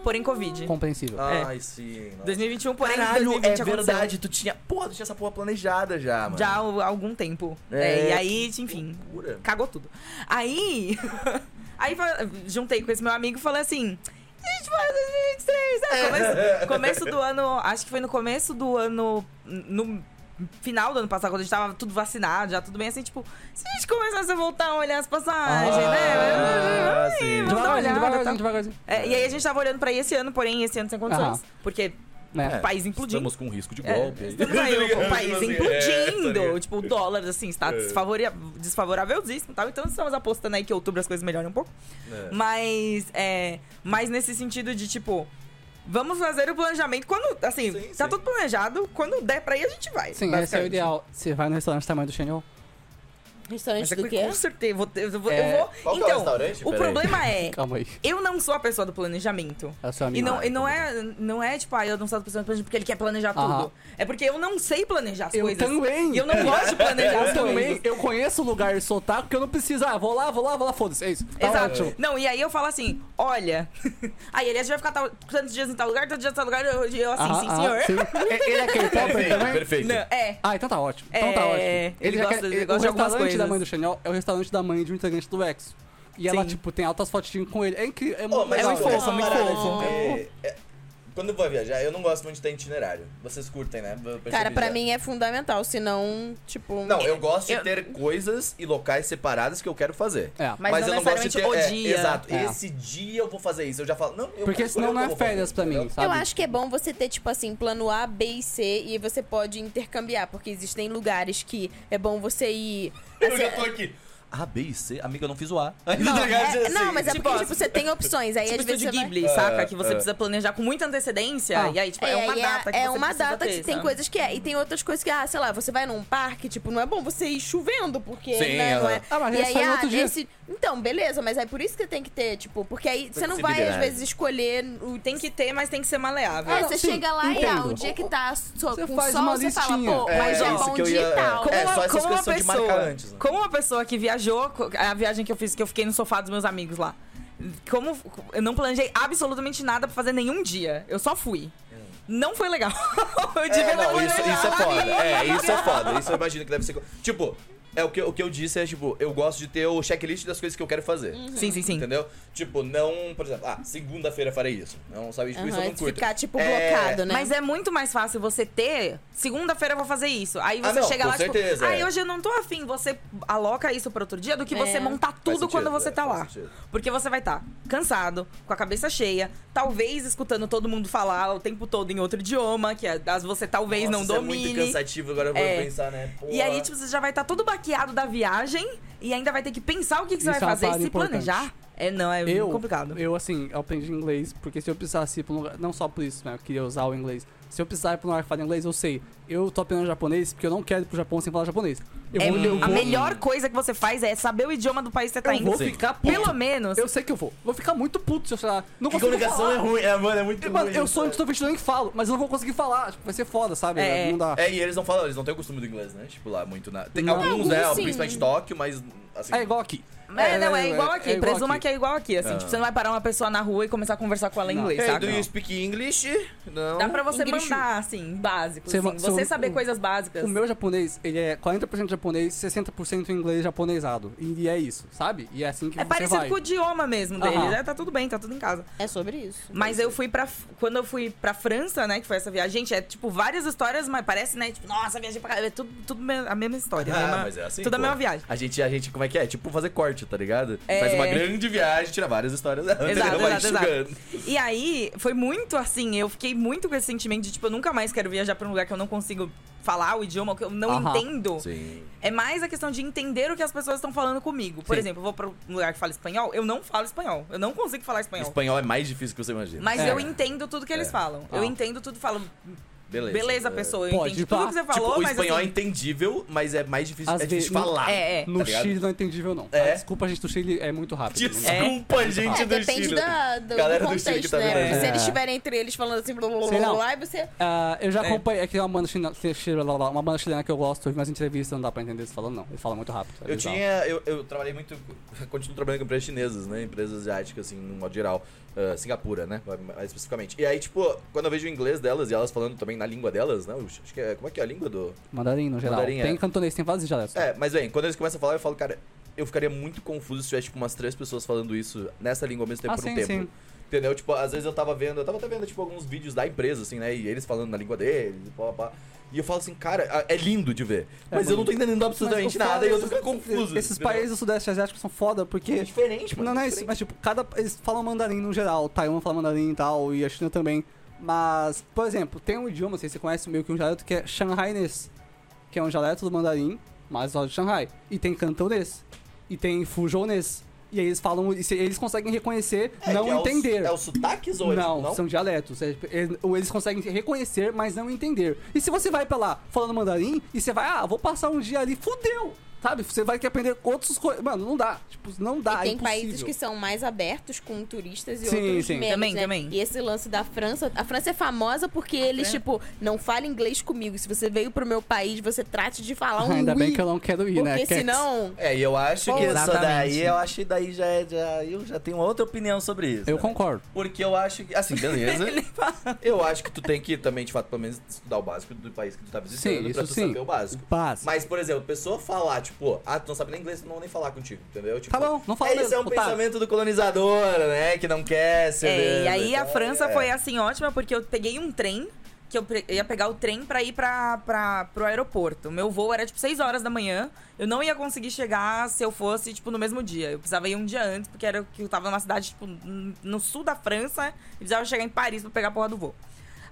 E: porém Covid.
B: Compreensível.
E: Ah.
A: Ai, sim. nossa.
E: 2021, porém
A: Caralho,
E: 2020
A: é
E: aconteceu.
A: verdade, tu tinha. Pô, tu tinha essa porra planejada já, mano.
E: Já há algum tempo.
A: É,
E: É, e aí, enfim,
A: Loucura.
E: cagou tudo. Aí. aí fa- juntei com esse meu amigo e falei assim. A gente vai em 2023, né? Começo, começo do ano. Acho que foi no começo do ano. No final do ano passado, quando a gente tava tudo vacinado, já tudo bem assim, tipo, se a gente começasse a voltar a olhar as passagens, né?
A: Ah, sim.
E: Vamos dar
B: Devagarzinho,
E: uma olhada,
B: devagarzinho,
E: tá?
B: devagarzinho.
E: É, e aí a gente tava olhando pra esse ano, porém, esse ano sem condições.
B: Aham.
E: Porque
B: Né?
E: o país
A: É,
E: implodindo.
A: Estamos com risco de
E: É,
A: golpe.
E: estamos aí,
A: Tá ligado?
E: o país
A: Tipo assim,
E: implodindo.
A: é, tá ligado? É.
E: tipo, o dólar, assim, está desfavoria- desfavoravelzíssimo e tal. Então, estamos apostando aí que em outubro as coisas melhoram um pouco.
A: É.
E: Mas, é, mas nesse sentido de, tipo, vamos fazer o planejamento. Quando, assim,
A: Sim,
E: tá
A: sim.
E: tudo planejado. Quando der pra ir, a gente vai.
B: Sim, esse é o
E: basicamente.
B: ideal. Você vai no restaurante do tamanho do Chanel?
E: Mas
D: Restaurante
E: é
D: do
E: que
D: quê?
E: com certeza, vou ter- eu vou...
B: É,
E: eu vou-
A: qual que é o
E: então,
A: restaurante?
E: o
A: Peraí.
E: problema é...
B: Calma aí.
E: Eu não sou a pessoa do planejamento.
B: É o seu
E: E
B: amigo.
E: não, e não é, não é tipo, ah, eu não sou do planejamento porque ele quer planejar
B: Aham.
E: tudo. É porque eu não sei planejar as
B: Eu
E: coisas.
B: também. É.
E: E eu não gosto de planejar as
B: Eu também,
E: coisas.
B: eu conheço o lugar soltar porque eu não preciso. Ah, vou lá, vou lá, vou lá, foda-se. É isso. Tá
E: Exato.
B: ótimo.
E: Não, e aí eu falo assim, olha. aí ele a gente vai ficar tal- tantos dias em tal lugar, tantos dias em tal lugar, eu, eu assim,
B: Ah,
E: sim,
B: ah,
E: senhor.
B: sim. E- Ele é K-Popper
A: Perfeito,
B: também?
A: perfeito.
E: Não, é.
B: Ah, então tá ótimo. Então tá
E: É,
B: ótimo.
E: ele
B: já
E: gosta-
B: quer-
E: ele
B: o
E: gosta de algumas
B: restaurante da
E: coisas.
B: mãe do Chanel é o restaurante da mãe de um integrante do X. E ela,
E: Sim.
B: tipo, tem altas fotinhas com ele. É incrível. É muito
A: Ô, mas
B: legal.
E: muito fofo,
A: essa
E: muito
A: parada
E: fofo.
A: de ter- é, Quando eu vou viajar, eu não gosto muito de ter itinerário. Vocês curtem, né? Eu percebi
D: Cara, pra
A: já.
D: mim é fundamental, senão, tipo.
A: Não, eu gosto
E: eu-
A: de ter coisas e locais separados que eu quero fazer.
B: É.
E: Mas não
A: eu não gosto de ter.
E: necessariamente
A: é,
E: o dia.
A: exato.
B: É.
A: Esse dia eu vou fazer isso. Eu já falo. Não, eu quero
B: Porque
A: escolher
B: senão
A: o que
B: não
A: eu
B: é
A: vou fazer,
B: férias pra
A: entendeu?
B: mim, sabe?
D: Eu acho que é bom você ter, tipo assim, plano A, B e C e você pode intercambiar, porque existem lugares que é bom você ir.
A: Eu
D: assim,
A: já tô aqui. A, B e C? Amiga, eu não fiz o A. Não, assim,
D: é- não, mas é
E: tipo,
D: porque
E: ó,
D: tipo, você tem opções. Aí
E: Tipo,
D: às vezes
E: estúdio
D: você vai-
E: Ghibli,
A: É,
E: saca? Que você precisa planejar com muita antecedência.
B: Ah.
E: E aí, tipo,
D: É,
E: é, uma
D: aí
E: data que
D: é
E: você
D: uma
E: precisa
D: data
E: ter,
D: que tem
E: sabe?
D: coisas que é. E tem outras coisas que, ah, sei lá, você vai num parque, tipo, não é bom você ir chovendo, porque
A: Sim,
D: né, não é.
A: aham.
B: Ah, mas
D: e
B: esse
D: aí,
B: foi no
D: ah,
B: outro dia.
D: nesse, Então, beleza, mas é por isso que tem que ter, tipo, porque aí você não vai, às
A: Flexibilidade.
D: vezes, escolher o.
E: Tem que ter, mas tem que ser maleável.
D: É,
B: não,
D: você
B: sim,
D: chega lá e ah,
B: entendo.
D: o dia que tá so,
B: Você
D: com
B: faz
D: sol,
B: uma
D: você fala,
B: listinha.
D: pô,
A: É,
D: mas já é
A: isso
D: bom
A: que eu
D: dia
A: ia-
D: e tal.
A: É, só essas coisas são de marcar antes, né?
E: Como uma pessoa que viajou, co- a viagem que eu fiz, que eu fiquei no sofá dos meus amigos lá. Como eu não planejei absolutamente nada pra fazer nenhum dia. Eu só fui. Não foi legal. eu devia
A: É,
E: ter
A: não, isso,
E: planejado.
A: isso é foda. É, isso é foda. Isso eu imagino que deve ser. co- Tipo, é o que, o que eu disse é, tipo, eu gosto de ter o checklist das coisas que eu quero fazer.
E: Sim, sim, sim.
A: Entendeu? Tipo, não, por exemplo, ah, segunda-feira farei isso. Não, sabe? Tipo, isso eu
D: Aham,
A: não
D: de
A: curto.
D: ficar, tipo,
A: É,
D: blocado, né?
E: Mas é muito mais fácil você ter. Segunda-feira eu vou fazer isso. Aí
A: Ah,
E: você
A: não,
E: chega
A: com
E: lá e tipo,
A: certeza,
E: aí
A: é.
E: hoje eu não tô afim. Você aloca isso pra outro dia do que você
D: É.
E: montar tudo
A: sentido,
E: quando você
A: é,
E: tá
A: faz
E: lá.
A: sentido.
E: Porque você vai estar tá cansado, com a cabeça cheia, talvez escutando todo mundo falar o tempo todo em outro idioma, que é, às- você talvez
A: Nossa,
E: não
A: isso
E: domine.
A: É muito cansativo, agora eu vou
E: É.
A: pensar, né?
E: E aí,
A: Porra.
E: tipo, você já vai estar todo baqueado da viagem e ainda vai ter que pensar o que, que você
B: Isso
E: vai
B: é uma
E: fazer e se
B: parada importante.
E: planejar. É, não, é
B: Eu,
E: complicado.
B: eu assim, eu aprendi inglês porque se eu precisasse ir pra um lugar, não só por isso, né, eu queria usar o inglês. Se eu precisar ir pra um lugar que fala inglês, eu sei. Eu tô aprendendo japonês porque eu não quero ir pro Japão sem falar japonês. Eu
E: É,
B: vou, eu
E: a
B: vou-
E: melhor coisa que você faz é saber o idioma do país que você tá
B: eu
E: indo.
B: vou ficar puto.
E: Pelo menos.
B: Eu sei que eu vou. Vou ficar muito puto se eu falar. Não
A: Que
B: consigo
A: comunicação
B: falar.
A: é ruim, é, mano, é muito
B: Mano,
A: ruim.
B: eu sou um extrovertido nem falo, mas eu não vou conseguir falar. Tipo, vai ser foda, sabe?
E: É.
B: Não dá.
A: É, e eles não falam, eles não têm o costume do inglês, né? Tipo, lá muito na. Tem
B: Não.
A: alguns, né?
E: assim-
D: Alguns, sim.
A: Principalmente Tóquio, mas. Assim,
B: É igual aqui.
E: É, não, é igual aqui.
B: é igual
E: Presuma
B: aqui.
E: que é igual aqui, assim.
A: Ah.
E: Tipo, você não vai parar uma pessoa na rua e começar a conversar com ela em
B: Não.
E: inglês,
A: Hey, É, do
E: sabe?
A: you speak English? Não.
E: Dá pra você
D: English.
E: mandar, assim, básico.
B: Você
E: assim,
B: ma-
E: você
B: seu-
E: saber
B: o-
E: coisas básicas.
B: O meu japonês, ele é 40% japonês, 60% inglês japonesado. E e é isso, sabe? E é assim que
E: É
B: você
E: parecido
B: vai.
E: com o idioma mesmo dele.
B: Aham.
E: É, tá tudo bem, tá tudo em casa.
D: É sobre isso.
E: Mas eu fui pra. Quando eu fui pra França, né? Que foi essa viagem. Gente, é tipo várias histórias, mas parece, né? Tipo, nossa, viagem pra caralho. É tudo, tudo me- a mesma história. a
A: Ah,
E: mesma-
A: mas é assim.
E: né, Tudo a
A: pô.
E: mesma viagem.
A: A gente, a gente, como é que é? Tipo fazer corte, tá ligado?
E: É.
A: Faz uma grande viagem, tira várias histórias. né,
E: Exato,
A: vai
E: exato, exato.
A: enxugando.
E: E aí, foi muito assim, eu fiquei muito com esse sentimento de, tipo, eu nunca mais quero viajar pra um lugar que eu não consigo falar o idioma, que eu não
B: Aham.
E: entendo.
A: Sim.
E: É mais a questão de entender o que as pessoas estão falando comigo. Por
B: Sim.
E: exemplo, eu vou pra um lugar que fala espanhol, eu não falo espanhol. Eu não consigo falar espanhol.
A: Espanhol é mais difícil que você imagina.
E: Mas
B: É.
E: eu entendo tudo que eles
A: É.
E: falam.
B: Ah.
E: Eu entendo tudo, falo,
A: Beleza.
E: beleza,
A: É.
E: pessoa, eu
B: Pode
E: entendi
B: ir
E: tudo
B: pra-
E: que você
A: Tipo,
E: falou,
A: o
E: mas
A: espanhol é
E: assim,
A: entendível, mas é mais difícil,
B: Às
A: é difícil
B: vezes-
A: falar.
E: é, é.
B: No
A: tá ligado?
B: Chile não é entendível, não.
A: É.
B: A desculpa, gente, do Chile é muito rápido. não dá.
A: Desculpa, gente
D: É,
A: do
D: depende
A: Chile.
D: da, do,
A: Galera
D: do
A: do Chile que
D: contexto,
A: tá vendo
D: né?
A: isso.
D: Se
B: É.
D: eles estiverem entre eles falando assim, blá blá blá
B: Sei
D: blá,
B: não.
D: blá, e você.
B: Ah, eu já
E: É.
B: acompanhei. É que tem uma banda, china, chi- chi- lá, lá, uma banda chilena que eu gosto, eu vi umas entrevistas, não dá pra entender eles falando, não. Eles falam muito rápido. é
A: Eu
B: bizarro.
A: tinha. Eu, eu trabalhei muito. Continuo trabalhando com empresas chinesas, né? Empresas asiáticas, assim, no modo geral. Ah, Singapura, né? Mais especificamente. E aí, tipo, quando eu vejo o inglês delas e elas falando também na língua delas, né? Eu Acho que é. Como é que é a língua do.
B: Mandarim, no geral.
A: Mandarim, é.
B: tem cantonês, tem vários dialetos.
A: É, mas bem, quando eles começam a falar, eu falo, cara, eu ficaria muito confuso se tivesse, tipo, umas três pessoas falando isso nessa língua ao mesmo tempo
B: Ah,
A: por um
B: sim,
A: tempo.
B: sim.
A: Entendeu? Tipo, às vezes eu tava vendo, eu tava até vendo, tipo, alguns vídeos da empresa, assim, né? E eles falando na língua deles, e pá, pá, pá. E eu falo assim, cara, ah, é lindo de ver. Mas eu não tô entendendo absolutamente
B: Mas o
A: nada
B: foda
A: e eu
B: é
A: tô
B: esses-
A: ficando confuso.
B: Esses
A: entendeu?
B: países do Sudeste Asiático são foda porque.
A: É diferente, mano.
B: Não, não é isso,
A: diferente.
B: mas tipo, cada. Eles falam mandarim no geral, tá, Taiwan fala mandarim e tal, e a China também. Mas, por exemplo, tem um idioma, não sei se você conhece meio que um dialeto que é Shanghainês, que é um dialeto do mandarim, mas só de Shanghai. E tem cantonês, e tem fujonês. E aí eles falam, e se- eles conseguem reconhecer,
A: É,
B: não
A: que é os-
B: entender.
A: é os sotaques ou eles-
B: Não,
A: não?
B: são dialetos. É, tipo, eles, ou eles conseguem reconhecer, mas não entender. E se você vai pra lá falando mandarim, e você vai, ah, vou passar um dia ali, fudeu! Sabe? Você vai ter que aprender outros coisas. Mano, não dá. Tipo, não dá.
D: e tem
B: é
D: países
B: impossível.
D: que são mais abertos com turistas e
B: Sim,
D: outros
B: sim.
D: menos,
E: Também,
D: né?
E: também.
D: E esse lance da França, a França é famosa porque eles, tipo, não falam inglês comigo. Se você veio pro meu país, você trate de falar um
B: Ainda bem
D: oui,
B: que eu não quero ir,
D: Porque
B: né? Kex?
D: senão...
A: É, e eu acho que essa
E: Exatamente.
A: daí, eu acho que daí já é. Já, eu já tenho outra opinião sobre isso.
B: Eu
A: né?
B: concordo.
A: Porque eu acho que. Assim, beleza. eu acho que tu tem que também, de fato, pelo menos estudar o básico do país que tu tá visitando
B: Sim,
A: pra
B: isso
A: tu
B: sim.
A: saber o básico.
B: Paz.
A: Mas, por exemplo, a pessoa falar, tipo, ah, tu não sabe nem inglês, tu não vou nem falar contigo, entendeu? Tipo,
B: Tá bom, não fala
A: Esse
B: mesmo,
A: é um
B: otário.
A: pensamento do colonizador, né? Que não quer ser.
E: É, e
A: mesmo,
E: aí a
A: então,
E: França
A: é.
E: foi assim ótima porque eu peguei um trem que eu pre- ia pegar o trem pra ir pra, pra, pro aeroporto. Meu voo era tipo 6 horas da manhã. Eu não ia conseguir chegar se eu fosse tipo no mesmo dia. Eu precisava ir um dia antes porque era que eu tava numa cidade tipo n- no sul da França e precisava chegar em Paris pra pegar a porra do voo.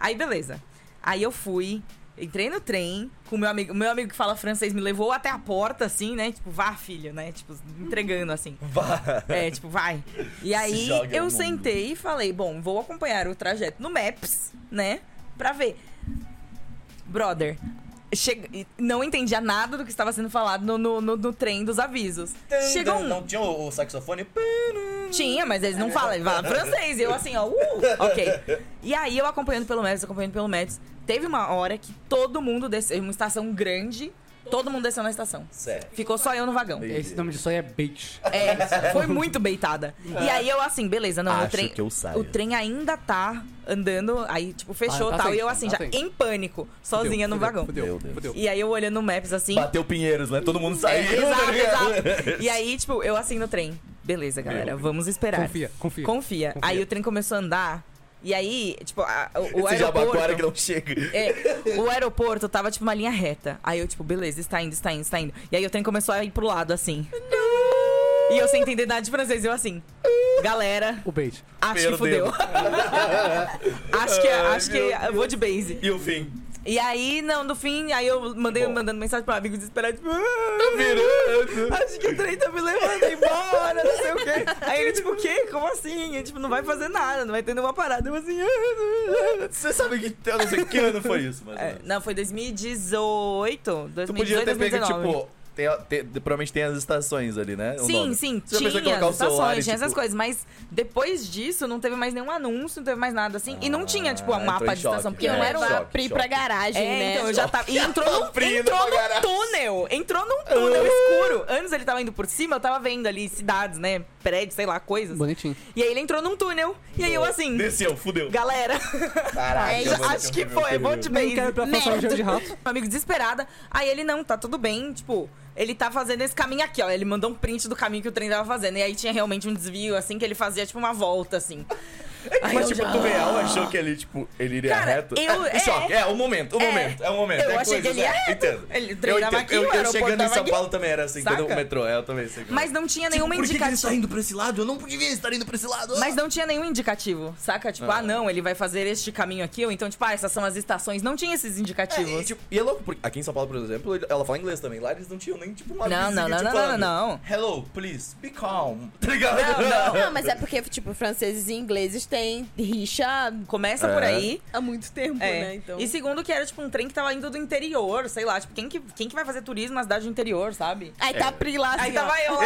E: Aí beleza. Aí eu fui Entrei no trem com meu amigo, meu amigo que fala francês me levou até a porta assim, né? Tipo, vá, filho, né? Tipo, entregando assim.
A: Vá.
E: É, tipo, vai. E aí
A: joga no
E: eu
A: mundo.
E: sentei e falei, bom, vou acompanhar o trajeto no Maps, né? Pra ver. Brother, che- e não entendia nada do que estava sendo falado no, no, no- no trem dos avisos. Chegou um.
A: Não tinha o, o saxofone?
E: Tinha, mas eles não falam, eles falam francês. E eu assim, ó, uh, ok. E aí eu acompanhando pelo Maps, acompanhando pelo Maps. Teve uma hora que todo mundo desceu, uma estação grande, todo mundo desceu na estação.
A: Sério.
E: Ficou só eu no vagão.
B: Esse nome disso aí é bait.
E: É, foi muito beitada. E aí eu assim, beleza, não,
A: É. Acho
E: o trem.
A: que eu saio.
E: O trem ainda tá andando, aí tipo, fechou
B: Ah,
E: e
B: tá
E: tal.
B: sem,
E: e eu assim,
B: tá
E: já
B: sem.
E: em pânico, sozinha no
B: Fudeu,
E: vagão.
B: Fudeu,
A: Meu Deus.
B: fudeu.
E: E aí eu olhando no Maps assim.
A: Bateu Pinheiros, né? Todo mundo saiu.
E: É,
A: tá
E: exato,
A: ligado?
E: exato. E aí, tipo, eu assim no trem. Beleza, galera, vamos esperar.
B: Confia, confia.
E: Confia. Aí o trem começou a andar. E aí, tipo, a- o, o
A: Esse jabaquara
E: aeroporto...
A: que não chega.
E: É, o aeroporto tava, tipo, uma linha reta. Aí eu, tipo, beleza, está indo, está indo, está indo. E aí o trem começou a ir pro lado, assim. E eu sem entender nada de francês, eu assim... Galera,
B: O bait.
E: acho que
A: Perdeu.
E: fudeu. acho que, é,
A: Ai,
E: acho que
A: meu
E: eu vou de base.
A: E o fim?
E: E aí, não, no fim, aí eu mandei,
A: Bom. né?"
E: mandando mensagem pro amigo desesperado, tipo... "Ah,
A: Virando.
E: Acho que o trem tá me levando embora, não sei o quê. Aí ele, tipo, o quê? Como assim? Ele, tipo, não vai fazer nada, não vai ter nenhuma parada. Eu assim. ah, ah,
A: Você sabe que. Eu não sei que ano foi isso, mas.
E: ah. É, não, foi 2018. 2018,
A: Tu podia ter pego,
E: 2019.
A: tipo. tem- tem- provavelmente tem as estações ali, né? O
E: Sim,
A: nome.
E: sim,
A: Você já
E: tinha
A: pensou em
E: as
A: colocar o
E: estações,
A: celular e,
E: tinha essas
A: tipo,
E: coisas, mas depois disso não teve mais nenhum anúncio, não teve mais nada assim, e não tinha, tipo,
A: Ah,
E: a
A: entrou
E: mapa
A: em
E: de estação,
A: choque,
E: porque
A: né?
B: É,
E: não era um
A: Choque,
D: pra ir
A: choque.
D: pra garagem,
E: É,
D: né?
E: então eu já tava. E entrou num,
A: Abrindo
E: entrou
A: pra Uh!
E: num
A: garagem.
E: túnel! Entrou num túnel escuro! Antes ele tava indo por cima, eu tava vendo ali cidades, né? Prédios, sei lá, coisas.
B: Bonitinho.
E: E aí ele entrou num túnel. E aí eu assim,
A: Desceu, fudeu.
E: galera,
A: Caraca,
D: É,
A: eu vou ter
E: acho que
A: um
E: foi,
A: nível
E: vou te
A: terrível.
B: Não quero
E: beijar.
B: pra passar um gelo de rato.
E: Meu amigo desesperada. Aí ele, não, tá tudo bem, tipo, ele tá fazendo esse caminho aqui, ó. Ele mandou um print do caminho que o trem tava fazendo. E aí tinha realmente um desvio, assim, que ele fazia, tipo, uma volta, assim. Aí
A: Mas,
E: eu
A: tipo,
E: já-
A: tu real achou que ele, tipo, ele iria
E: Cara,
A: reto?
E: eu-
A: é,
E: é.
A: choque. É, o momento, o
E: É.
A: momento, é o momento.
E: Eu
A: é
E: achei que ele ia
A: coisas, é,
E: reto.
A: Entendo.
E: Ele
A: eu
E: treinava
A: entendo,
E: aqui,
A: eu,
E: o
A: eu
E: aeroporto
A: chegando em
E: tava
A: São
E: aqui.
A: Paulo também era assim,
E: Saca?
A: quando o metrô, é, eu também sei. como é.
E: Mas não tinha nenhuma
A: por que que ele
E: indicação.
A: está indo pra esse lado? Eu não devia estar indo pra esse lado.
E: Mas não tinha nenhum indicativo, saca? Tipo, ah. não, ele vai fazer este caminho aqui, ou então, tipo, ah, essas são as estações. Não tinha esses indicativos.
A: E, tipo, e é louco, porque aqui em São Paulo, por exemplo, ele- ela fala inglês também. Lá eles não tinham nem, tipo, uma
E: Não, não,
A: vizinha,
E: não,
A: tipo,
E: não,
A: falando,
E: não, não.
A: Hello, please, be calm. Tá ligado?
E: Não,
D: Não, mas é porque, tipo, franceses e ingleses têm rixa
E: Começa
A: É.
E: por aí.
D: há muito tempo,
E: É.
D: né? Então.
E: E segundo que era, tipo, um trem que tava indo do interior, sei lá. Tipo, quem que, quem que vai fazer turismo na cidade do interior, sabe?
D: Aí tá a Pri lá assim,
E: Aí
D: ó.
E: tava eu lá,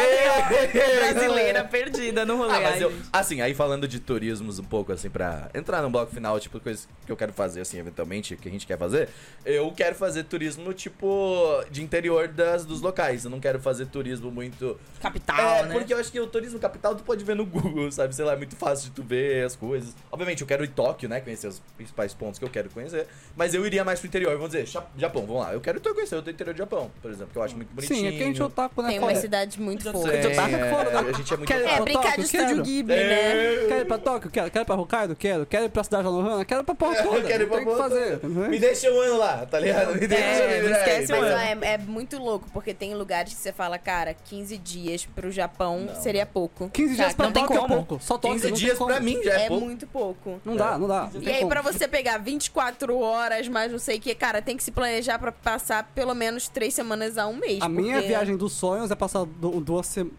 E: brasileira, perdida no rolê.
A: É. Ah, mas
E: Ai,
A: eu,
E: gente.
A: assim, aí falando de turismos um pouco, assim, pra entrar no bloco final, tipo, coisas que eu quero fazer, assim, eventualmente, que a gente quer fazer, eu quero fazer turismo, tipo, de interior das, dos locais. Eu não quero fazer turismo muito.
E: Capital,
A: é,
E: né?
A: porque eu acho que o turismo capital tu pode ver no Google, sabe? Sei lá, é muito fácil de tu ver as coisas. Obviamente, eu quero ir Tóquio, né? Conhecer os principais pontos que eu quero conhecer. Mas eu iria mais pro interior, vamos dizer, Ja- Japão, vamos lá. Eu quero conhecer o interior do Japão, por exemplo, que eu acho muito bonitinho.
B: Sim, é porque a gente otaku, né?
D: Tem
B: foda.
D: umas cidades muito
A: Tem,
D: fofas.
B: Eu tô taco
A: é,
B: fora, né?
A: A gente é muito É,
B: Quer-
D: É,
B: Otaku,
D: brincar de
B: quero.
D: Estúdio Ghibli,
B: É.
D: né?
B: Quero ir pra Tóquio? Quero. Quero ir pra Hokkaido? Quero. Quero ir pra cidade da Lohana? Quero ir pra porra toda.
A: quero ir pra
B: Tem que
A: porra
B: fazer. Uhum. é,
A: Me
B: entendeu?
A: deixa um ano lá, tá ligado? Me deixa
E: É, não
A: me deixa
E: esquece
A: aí, tá
D: Mas
E: um ano.
D: ó,
A: ligado?
D: é, é muito louco, porque tem lugares que você fala, cara, 15 dias pro Japão seria pouco.
B: 15 né? dias pra
D: Não tem
B: Tóquio é
D: como.
B: pouco. Só Tóquio.
A: 15
B: não tem
A: dias
B: como.
A: pra mim já é,
D: É
A: pouco.
D: muito pouco.
B: Não dá, não dá.
D: E aí, pra você pegar 24 horas, mas não sei o que, cara, tem que se planejar pra passar pelo menos 3 semanas a um mês.
B: A minha
D: porque-
B: viagem dos sonhos é passar du- duas semanas.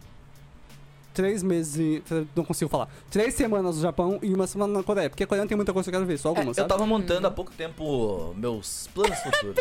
B: Três meses e. Não consigo falar. Três semanas no Japão e uma semana na Coreia. Porque a Coreia não tem muita coisa que eu quero ver,
E: É,
B: só algumas.
A: eu
B: sabe?
A: tava montando
E: Uhum.
A: há pouco tempo meus planos futuros.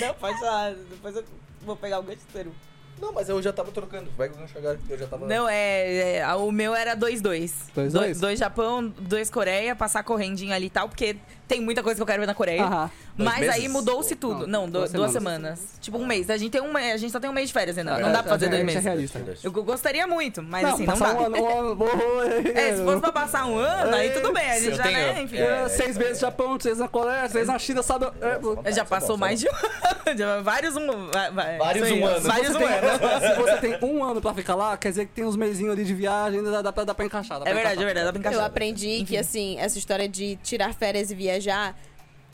E: Não, pode falar. Depois eu vou pegar o gancho inteiro.
A: Não, mas eu já tava trocando. Pega o gancho agora. Eu já tava.
E: Não, é, é, O meu era 2-2.
B: Dois, dois?
E: Dois Japão, dois Coreia, passar correndinho ali e tal, porque tem muita coisa que eu quero ver na Coreia.
B: Aham.
A: Dois
E: Mas
A: meses?
E: aí mudou-se tudo.
B: Não,
E: Não, do-
B: duas
E: duas,
B: semanas.
E: semanas. Tipo, um mês. A gente, tem um, me- a gente só tem um mês de férias ainda. Não dá pra fazer
B: É,
E: dois
B: é
E: meses.
B: realista.
E: Eu gostaria muito, mas assim, não
B: passar
E: dá.
B: um ano. Um ano
E: É, se fosse pra passar um ano, aí tudo bem. A gente
A: Eu
E: já,
A: tenho-
E: né, enfim.
A: É,
B: seis meses no Japão, seis na Coreia, seis na China, sabe? É,
E: Eu já passou mais de um ano. já Vários um. va- va-
A: Vários
E: isso aí,
A: um
E: ó.
A: ano.
E: Vários
B: se,
E: um
B: tem,
E: ano.
B: se você tem um ano pra ficar lá, quer dizer que tem uns mesinhos ali de viagem, ainda dá, dá, pra, dá pra encaixar. dá pra
E: É verdade, é
B: encaixar.
E: verdade. Dá pra
D: Eu
E: encaixar.
D: aprendi que, assim, essa história de tirar férias e viajar,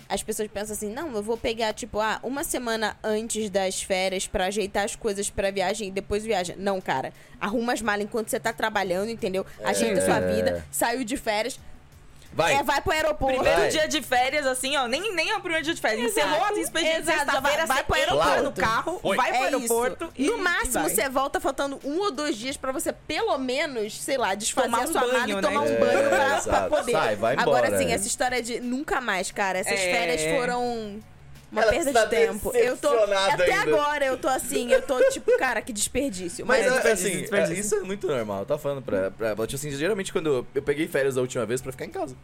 D: as pessoas pensam assim, não, eu vou pegar, tipo, ah, uma semana antes das férias pra ajeitar as coisas pra viagem e depois viaja. Não, cara. Arruma as malas enquanto você tá trabalhando, entendeu? Ajeita
A: É.
D: sua vida, saiu de férias,
A: Vai.
D: é, vai pro aeroporto.
E: Primeiro
A: Vai.
E: dia de férias, assim, ó. Nem, nem é o primeiro dia de férias.
D: Exato.
E: Encerrou as expedientes
D: Exato, já
E: sexta-feira,
D: vai-
E: vai pro
D: vai pro
E: aeroporto. no
D: aeroporto.
E: carro,
A: Foi.
E: vai pro
D: É isso.
E: aeroporto. e-
D: No máximo,
E: e vai.
D: você volta faltando um ou dois dias pra você, pelo menos, sei lá, desfazer
E: Tomar
D: a
E: um
D: sua mala
E: banho,
D: e
E: né?
D: tomar
A: É,
D: um banho pra, pra
A: exato.
D: poder.
A: Sai, vai
D: Agora,
A: embora,
D: assim,
A: é.
D: essa história de nunca mais, cara. Essas
E: É.
D: férias foram
C: Uma
A: Ela
C: perda
A: está
C: de tempo. Eu tô.
A: decepcionada
C: Até
A: ainda.
C: agora eu tô assim, eu tô tipo, cara, que desperdício.
A: Mas,
C: Mas,
A: é, assim, é, isso é muito normal. Eu tava falando pra, pra ela, tipo assim, geralmente quando eu peguei férias da última vez pra ficar em casa.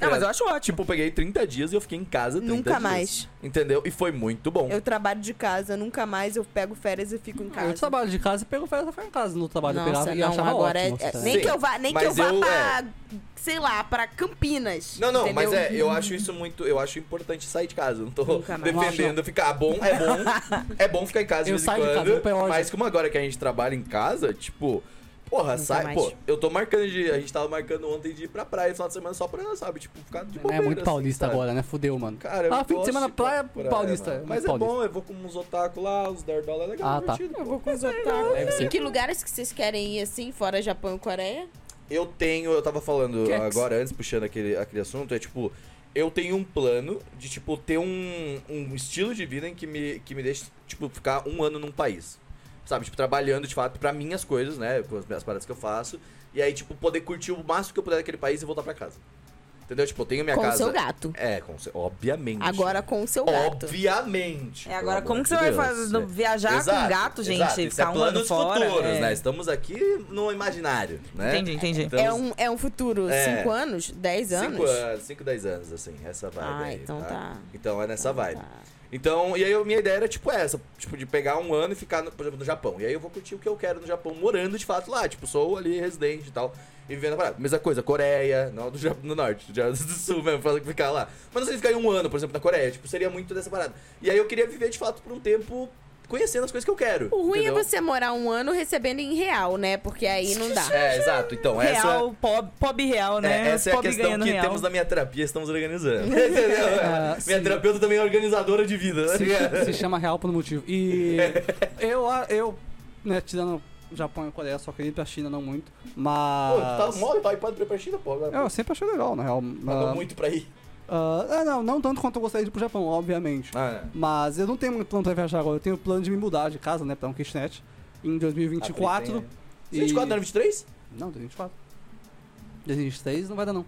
E: Não, mas eu acho ótimo.
A: Tipo, eu peguei 30 dias e eu fiquei em casa 30
C: Nunca
A: dias.
C: mais.
A: Entendeu? E foi muito bom.
C: eu trabalho de casa, nunca mais eu pego férias e fico em casa.
B: Ah, Eu trabalho de casa e pego férias pra ficar em casa no trabalho. eu
C: Nossa,
B: pegava e
C: não,
B: achava
C: agora
B: ótimo.
C: é, é-
B: tá?
C: nem
A: Sim,
C: que eu vá, nem que eu
A: mas
C: vá
A: eu,
C: pra, sei lá, pra Campinas.
A: Não, não, mas
C: entendeu?
A: é, eu acho isso muito. Eu acho importante sair de casa. Não tô
C: Nunca mais.
A: defendendo ficar. Ah, bom, é bom. é bom ficar em casa de
B: Eu
A: vez em
B: saio de casa,
A: quando.
B: vou pra loja.
A: mas como agora que a gente trabalha em casa, tipo. Porra, sai.
C: mais.
A: Pô, eu tô marcando de. A gente tava marcando ontem de ir pra praia no final de semana só pra, sabe? Tipo, ficar de
B: É
A: bobeira,
B: muito paulista
A: sabe?
B: agora, né? Fudeu, mano.
A: Cara, eu
B: ah, fim de
A: gosto
B: semana
A: ir
B: praia,
A: pra praia,
B: paulista.
A: mano.
B: muito
A: Mas é
B: paulista.
A: bom, eu vou com uns otaku lá, os dardola é legal.
B: Ah, tá.
A: divertido, pô. é
C: com os otakus.
B: Deve ser.
C: Assim, Que lugares que vocês querem ir assim, fora Japão e Coreia?
A: Eu tenho, eu tava falando
E: Que é que-
A: agora, antes puxando aquele, aquele assunto, é tipo, eu tenho um plano de, tipo, ter um, um estilo de vida em que me, que me deixe, tipo, ficar um ano num país. Sabe, tipo, trabalhando de fato pra minhas coisas, né? Com as minhas paradas que eu faço. E aí, tipo, poder curtir o máximo que eu puder daquele país e voltar pra casa. Entendeu? Tipo, eu tenho minha
C: com
A: casa.
C: o seu gato.
A: É, com o seu. Obviamente.
C: Agora com o seu gato.
A: Obviamente.
E: É,
A: pelo
E: agora,
A: amor
E: como que
A: de
E: você vai
A: Deus,
E: fazer,
A: né?
E: viajar com
A: Exato,
E: gato, gente?
A: exato. Isso
E: Ficar
A: é
E: um ano
A: planos
E: fora?
A: futuros,
E: é.
A: né? Estamos aqui no imaginário, né?
E: Entendi, entendi.
A: Então,
C: é, um, é um futuro,
A: É.
C: 5 anos? 10 anos?
A: 5 anos, 5, 10 anos, assim, essa vibe.
C: Ah,
A: aí,
C: então tá.
A: Então é nessa vibe.
C: tá.
A: Então, e aí a minha ideia era, tipo, essa, tipo, de pegar um ano e ficar, no, por exemplo, no Japão. E aí eu vou curtir o que eu quero no Japão, morando de fato lá. Tipo, sou ali residente e tal. E vivendo a parada. Mesma coisa, Coreia, não do, Japão, do norte, do, do sul mesmo, pra ficar lá. Mas não sei ficar em um ano, por exemplo, na Coreia. Tipo, seria muito dessa parada. E aí eu queria viver de fato por um tempo conhecendo as coisas que eu quero.
C: O ruim
A: entendeu?
C: é você morar um ano recebendo em real, né? Porque aí não dá.
A: É, exato. Então, essa.
E: Real, pobre, pobre real,
A: É,
E: né?
A: essa é a
E: pobre
A: questão
E: ganhando
A: que
E: real.
A: temos na minha terapia, estamos organizando. Entendeu?
B: Ah,
A: minha
B: sim.
A: terapeuta também é organizadora de vida, né?
B: se, se chama real por um motivo. E eu, a- eu né, tirando Japão e Coreia, só queria ir pra China, não muito. Mas.
A: Pô, tá mó hypado pra ir pra China, pô. Agora,
B: Eu sempre achei legal, na real.
A: Pagou
B: Ah,
A: muito pra ir.
B: ah, é, não, não tanto quanto eu gostaria de ir pro Japão, obviamente.
A: Ah,
B: Mas eu não tenho muito plano pra viajar agora. Eu tenho plano de me mudar de casa, né, pra um kitnet
A: Ah, né?
B: em 2024. e-
A: 24, não é 23?
B: Não, 2024. 2023 não vai dar, não.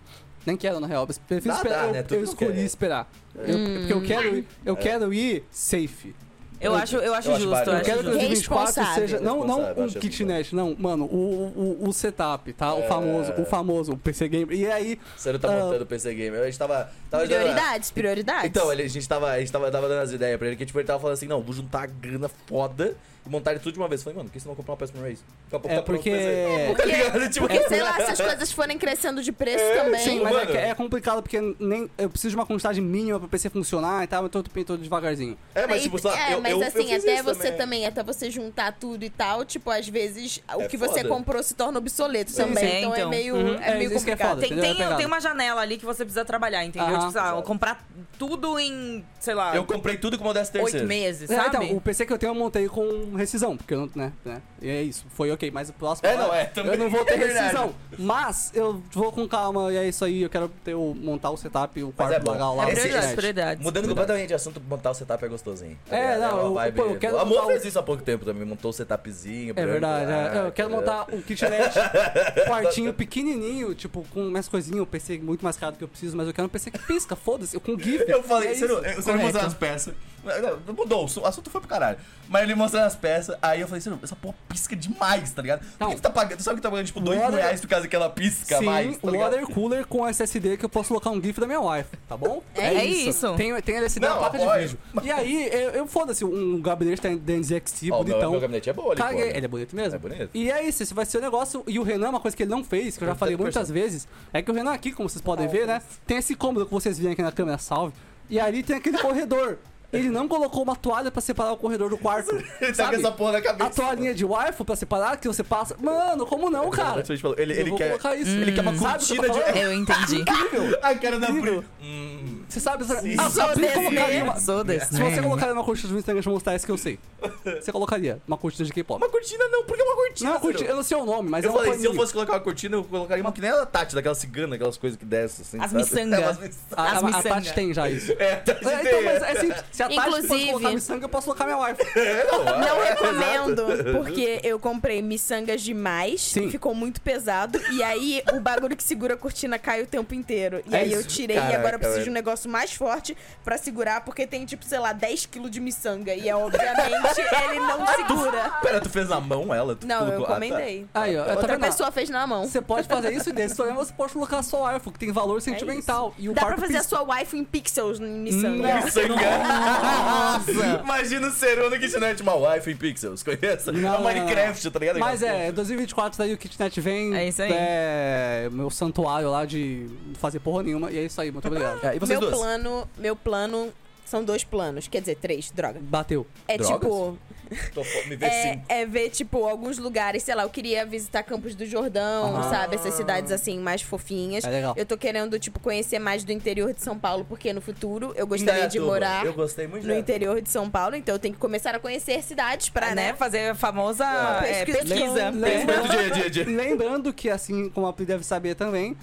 B: Nem quero, na real. Eu prefiro
A: Dá,
B: esperar.
A: dá,
B: eu
A: né? Tu
B: eu
A: não
B: escolhi
A: quer. É.
B: esperar. Eu- porque eu quero ir, eu quero ir safe.
E: Eu acho, eu acho
A: Eu acho
E: justo.
A: válido.
E: eu
B: Eu
E: acho
B: quero que
E: justo.
B: 2024
C: Responsável.
B: seja. Não, não
A: Responsável,
B: um
A: acho É.
B: kitnet, não. Mano, o, o, o setup, tá? O famoso, o famoso, o PC Gamer. E aí.
A: Sério, tá
B: Ah.
A: montando o PC Gamer. A gente tava. tava
C: Prioridades, prioridades.
A: tá Então, ele- a gente tava, a gente tava, tava dando as ideias pra ele, que tipo, ele tava falando assim, não, vou juntar a grana foda e montar ele tudo de uma vez. Eu falei, mano, por que você não comprar uma Pesman Race? Daqui a pouco
B: É
A: tá pronto o
B: porque.
A: PC.
C: Porque,
A: ligado? Tipo,
C: porque, sei lá, se as coisas forem crescendo de preço também.
B: Sim, mas é,
A: mano.
B: que é complicado porque nem, eu preciso de uma quantidade mínima pro PC funcionar e tal, então eu tô pintou devagarzinho.
A: É,
C: Aí-
A: mas tipo, sei lá,
C: é,
A: eu,
C: mas
A: eu, eu
C: assim,
A: fiz
C: até
A: isso
C: você também. até você juntar tudo e tal, tipo, às vezes o
A: É
C: que você
A: foda.
C: comprou se torna obsoleto
E: Sim,
C: também.
E: sim,
C: então, é
E: então.
C: meio,
E: Uhum.
C: é
B: É,
C: meio
B: isso que é
C: complicado.
B: foda.
E: Tem,
B: Entendeu? É
E: tem, tem
B: pegado.
E: uma janela ali que você precisa trabalhar, entendeu?
B: Aham.
E: Tipo, sei lá,
A: Exato.
E: comprar tudo em, sei lá,
A: Eu comprei tudo com o Modeste
E: oito
A: Terceiro.
E: meses,
B: É,
E: sabe?
B: então, o PC que eu tenho eu montei com rescisão, porque eu não, né, né? E é isso, foi ok, mas o próximo.
A: É, não, é, também.
B: Eu não vou ter
A: É verdade.
B: rescisão. mas eu vou com calma e é isso aí, eu quero ter o, montar o setup, o quarto
A: é bom.
B: legal lá.
E: É
B: o
A: Esse-
E: prioridade,
B: kitnet.
E: prioridade.
A: Mudando completamente de assunto, montar o setup é gostosinho. tá
B: É,
A: ligado?
B: não,
A: uma
B: eu-
A: vibe-
B: pô, eu quero
A: O amor
B: montar o-
A: fez isso há pouco tempo também, montou o setupzinho.
B: É
A: branco
B: verdade,
A: lá,
B: é. eu quero
A: entendeu?
B: montar um kitnet, quartinho pequenininho, tipo, com minhas coisinhas, um PC muito mais caro do que eu preciso, mas eu quero um PC que pisca, foda-se, eu com GIF.
A: Eu falei,
B: é
A: você não,
B: isso,
A: você não mostrou
B: correto.
A: as peças. Não, Mudou, o assunto foi pro caralho. Mas ele mostrando as peças, aí eu falei, Ciro, essa porra pisca demais, tá ligado? Por
B: Não.
A: que tu tá pagando? Tu sabe que tá pagando tipo 2 mil
B: Water-
A: reais por causa que ela pisca
B: Sim,
A: mais? Tá
B: o
A: ligado?
B: water cooler com SSD que eu posso colocar um GIF da minha wife, tá bom?
E: É isso.
B: Tem, tem LSD na
A: Não,
B: placa de
A: apoio.
B: vídeo. E aí, eu, eu foda-se, um gabinete tá em DNZXT,
A: Ó, o meu-
B: bonitão.
A: meu gabinete é bom ali,
B: Caguei.
A: pô, né?
B: Ele é bonito mesmo.
A: É bonito.
B: E é isso, esse vai ser o negócio. E o Renan, é uma coisa que ele não fez, que eu já
A: Tanto
B: falei
A: que
B: muitas vezes, é que o Renan aqui, como vocês
E: Ah,
B: podem ver, né? Tem esse cômodo que vocês viram aqui na câmera, salve. E ali tem aquele corredor. Ele não colocou uma toalha pra separar o corredor do quarto.
A: Ele tá com
B: sabe?
A: essa porra na cabeça.
B: A toalhinha de waifu pra separar, que você passa. Mano, como não, cara?
A: Ele tá Então, falou, Ele,
B: Eu
A: ele
B: vou
A: quer.
B: colocar isso.
A: Ele quer uma
B: Sabe o que eu tô
A: cortina de.
B: falando?
E: Eu entendi.
A: A cara da
B: Incrível.
A: Pri- Hum.
B: Você sabe? sabe?
A: Sim.
B: Ah,
A: Sou
B: você colocaria uma-
E: Sou desse.
B: Se você colocaria uma cortina no Instagram, deixa eu mostrar essa que eu sei. Você colocaria uma cortina de K-pop.
A: Uma cortina não, porque é uma cortina.
B: Não, eu,
A: Ciro.
B: curti, eu não sei o nome, mas
A: Eu
B: é uma
A: falei, se eu
B: paninha.
A: fosse colocar uma cortina, eu colocaria uma que nem a da Tati, daquela cigana, aquelas coisas que descem assim.
E: As
A: sabe?
E: miçanga.
A: É, umas miçanga.
B: A, a,
E: As
B: a
E: miçanga.
B: Tati tem já isso.
A: É, Tati
B: É,
A: tem.
B: então, mas é assim, Se a Tati pode
D: Inclusive-
B: colocar miçanga, eu posso colocar minha wife.
A: É,
D: Não recomendo, porque eu comprei miçangas demais,
B: Sim.
D: ficou muito pesado, e aí o bagulho que segura a cortina cai o tempo inteiro. E
A: É
D: aí eu
A: isso.
D: tirei, e
A: Caraca,
D: agora eu preciso de
A: velho.
D: um negócio mais forte pra segurar, porque tem, tipo, sei lá, 10kg de miçanga, e é, obviamente ele não segura.
A: Pera, tu fez na mão ela? Tu
D: Não, eu
A: colocou- Ah, tá.
D: encomendei.
B: Aí, ó. tá
D: Outra
B: vendo?
D: pessoa fez na mão.
B: Você pode fazer isso e desse problema você pode colocar só o iPhone, que tem
A: É
B: valor sentimental. e o
D: Dá pra
B: quarto
D: fazer a
B: pis-
D: sua wife em pixels em miçanga.
B: Não. Ah, Nossa!
A: Imagina o Ceruna Kitnet, uma wife em pixels, conhece?
B: Não,
A: a Minecraft, tá ligado?
B: Mas é, 2024 daí o Kitnet vem.
E: É isso aí.
B: É, meu santuário lá de fazer porra nenhuma. E é isso aí, muito obrigado.
A: É, e vocês
D: Meu
A: duas?
D: plano, meu plano são dois planos, quer dizer, três, droga.
B: Bateu.
D: É
A: Drogas?
D: tipo,
A: Tô fo- me vê
D: é,
A: cinco.
D: é ver, tipo, alguns lugares, sei lá, eu queria visitar Campos do Jordão, sabe? Essas cidades, assim, mais fofinhas.
B: É legal.
D: Eu tô querendo, tipo, conhecer mais do interior de São Paulo, porque no futuro eu gostaria de
A: Neto,
D: morar
A: Né, Eu gostei muito
D: no
A: dela.
D: interior de São Paulo, então eu tenho que começar a conhecer cidades pra,
E: Pra, né,
D: né?
E: fazer a famosa é,
D: Pesquisa.
E: pesquisa.
B: Lembra-
A: Muito é dia, dia, dia.
B: Lembrando que, assim como a Pri deve saber também,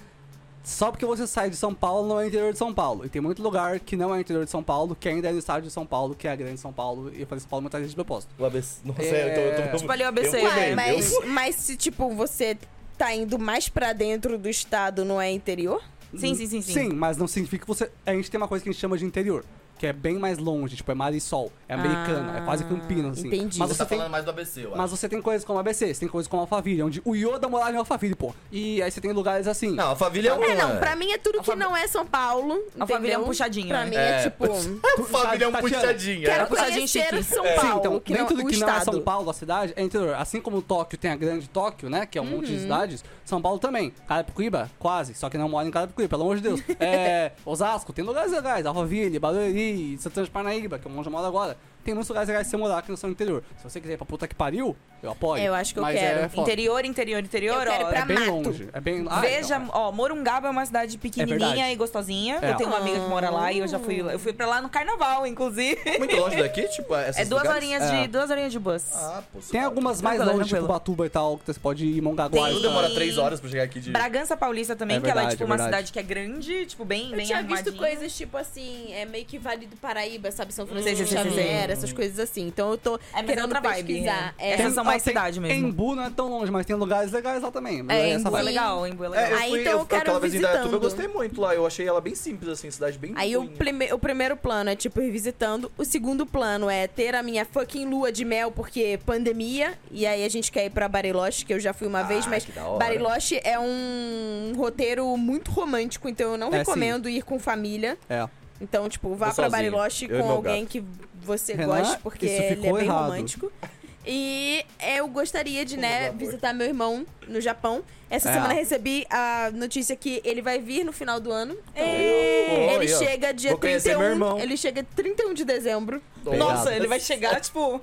B: só porque você sai de São Paulo não é interior de São Paulo. E tem muito lugar que não é interior de São Paulo, que ainda é no estado de São Paulo, que é a grande São Paulo. E eu falei São Paulo muitas vezes de propósito.
A: O ABC. Nossa,
B: É.
A: é, eu tô, eu tô...
E: Tipo ali o ABC,
A: Eu
E: né?
A: também,
D: Mas,
A: eu-
D: mas se, tipo, você tá indo mais pra dentro do estado, não é interior?
E: Sim, sim, sim, sim.
B: Sim, mas não significa que você. A gente tem uma coisa que a gente chama de interior, que é bem mais longe, tipo, é Marisol, é
E: Ah,
B: americana, é quase Campinas, assim.
D: entendi.
B: Mas
A: Você
B: você
A: tá
B: tem.
A: falando mais do ABC, eu acho.
B: Mas você tem coisas como ABC, você tem coisas como Alphaville, onde o Yoda morava em Alphaville, pô. E aí você tem lugares assim.
A: Não, a família é uma.
D: É, não, pra mim é tudo que não é São Paulo.
E: A família é um
D: entendeu?
E: puxadinho,
D: Pra
E: né?
D: mim é,
A: É.
D: tipo.
A: A família é um
B: Tatiana.
A: puxadinho.
D: Quero
A: é.
E: puxadinho
D: conhecer
E: chique.
D: É. São
B: Sim,
D: Paulo.
B: então,
D: que
B: nem
D: não,
B: tudo
D: o
B: que não
D: estado.
B: é São Paulo, a cidade, é interior. Assim como Tóquio tem a grande Tóquio, né? Que é um monte
D: Uhum.
B: de cidades, São Paulo também. Carapicuíba, quase, só que não mora em Carapicuíba, pelo amor de Deus. É, Osasco, tem lugares legais, Alphaville, Barueri, Santana de Parnaíba, que é onde eu moro agora. Tem muitos lugares legais pra você morar que não são interior. Se você quiser ir pra puta que pariu, eu apoio.
D: É, eu acho que eu
B: mas
D: quero.
B: É foda.
E: Interior, interior, interior,
D: Eu quero
E: ó.
D: ir pra
B: É bem
D: mato.
B: longe, é bem... Ah,
E: Veja,
B: então,
E: ó, Morungaba é uma cidade pequenininha
B: verdade.
E: e gostosinha.
B: É.
E: Eu tenho uma amiga que mora lá e eu já fui, eu fui pra lá no carnaval, inclusive.
A: Muito longe daqui, tipo, essas
E: É duas horinhas
B: É.
E: de duas horinhas de bus.
A: Ah, pô.
B: Tem algumas mais
E: Tranquilo,
B: longe, tipo
E: tranquilo.
B: Batuba e tal, que você pode ir em Mongaguá.
E: Tem.
A: Eu demora três horas pra chegar aqui de...
E: Bragança Paulista também,
B: É
E: que ela é
B: verdade,
E: tipo
B: é
E: uma
B: verdade.
E: cidade que é grande, tipo bem,
D: Eu
E: bem
D: tinha
E: arrumadinha.
D: visto coisas tipo assim, é meio que Vale do Paraíba, sabe? São
E: Sei,
D: Francisco
E: sei, sei, sei,
D: Xavier, essas coisas assim. Então eu tô
E: mas Uhum, é
D: querendo
E: outra vibe,
D: pesquisar.
E: é.
D: É.
E: Essas são mais
B: tem-
E: cidade mesmo.
B: Embu não é tão longe, mas tem lugares legais lá também. Mas
D: É,
B: essa
D: Embu
E: Foi
B: vai-
D: Sim.
E: legal, Embu é
A: É,
E: legal.
A: eu
D: Aí,
A: fui,
D: então, eu
A: eu, fui
D: quero
A: aquela vez em Dayatuba, eu
D: visitando.
A: gostei muito lá. Eu achei ela bem simples, assim, cidade bem
D: Aí o,
A: ruim.
D: prime- o primeiro plano é, tipo, ir visitando. O segundo plano é ter a minha fucking lua de mel, porque pandemia. E aí a gente quer ir pra Bariloche, que eu já fui uma vez, mas
A: Ah, que da hora.
D: Bariloche é um roteiro muito romântico, então eu não
B: É,
D: recomendo ir com família.
B: É.
D: Então, tipo, vá
A: Vou
D: pra
A: sozinho,
D: Bariloche
A: eu e
D: com
A: meu
D: alguém que você
B: Renan,
D: goste, porque
B: isso
D: ele é
B: ficou
D: bem
B: errado.
D: romântico. E eu gostaria de, né,
A: Por favor.
D: visitar meu irmão no Japão. Essa
B: É.
D: semana recebi a notícia que ele vai vir no final do ano.
E: é.
A: Ei,
D: ele
A: Então, aí, ó.
D: chega dia
A: Vou conhecer
D: 31.
A: meu irmão.
D: Ele chega 31 de dezembro.
E: Nossa, ele vai chegar tipo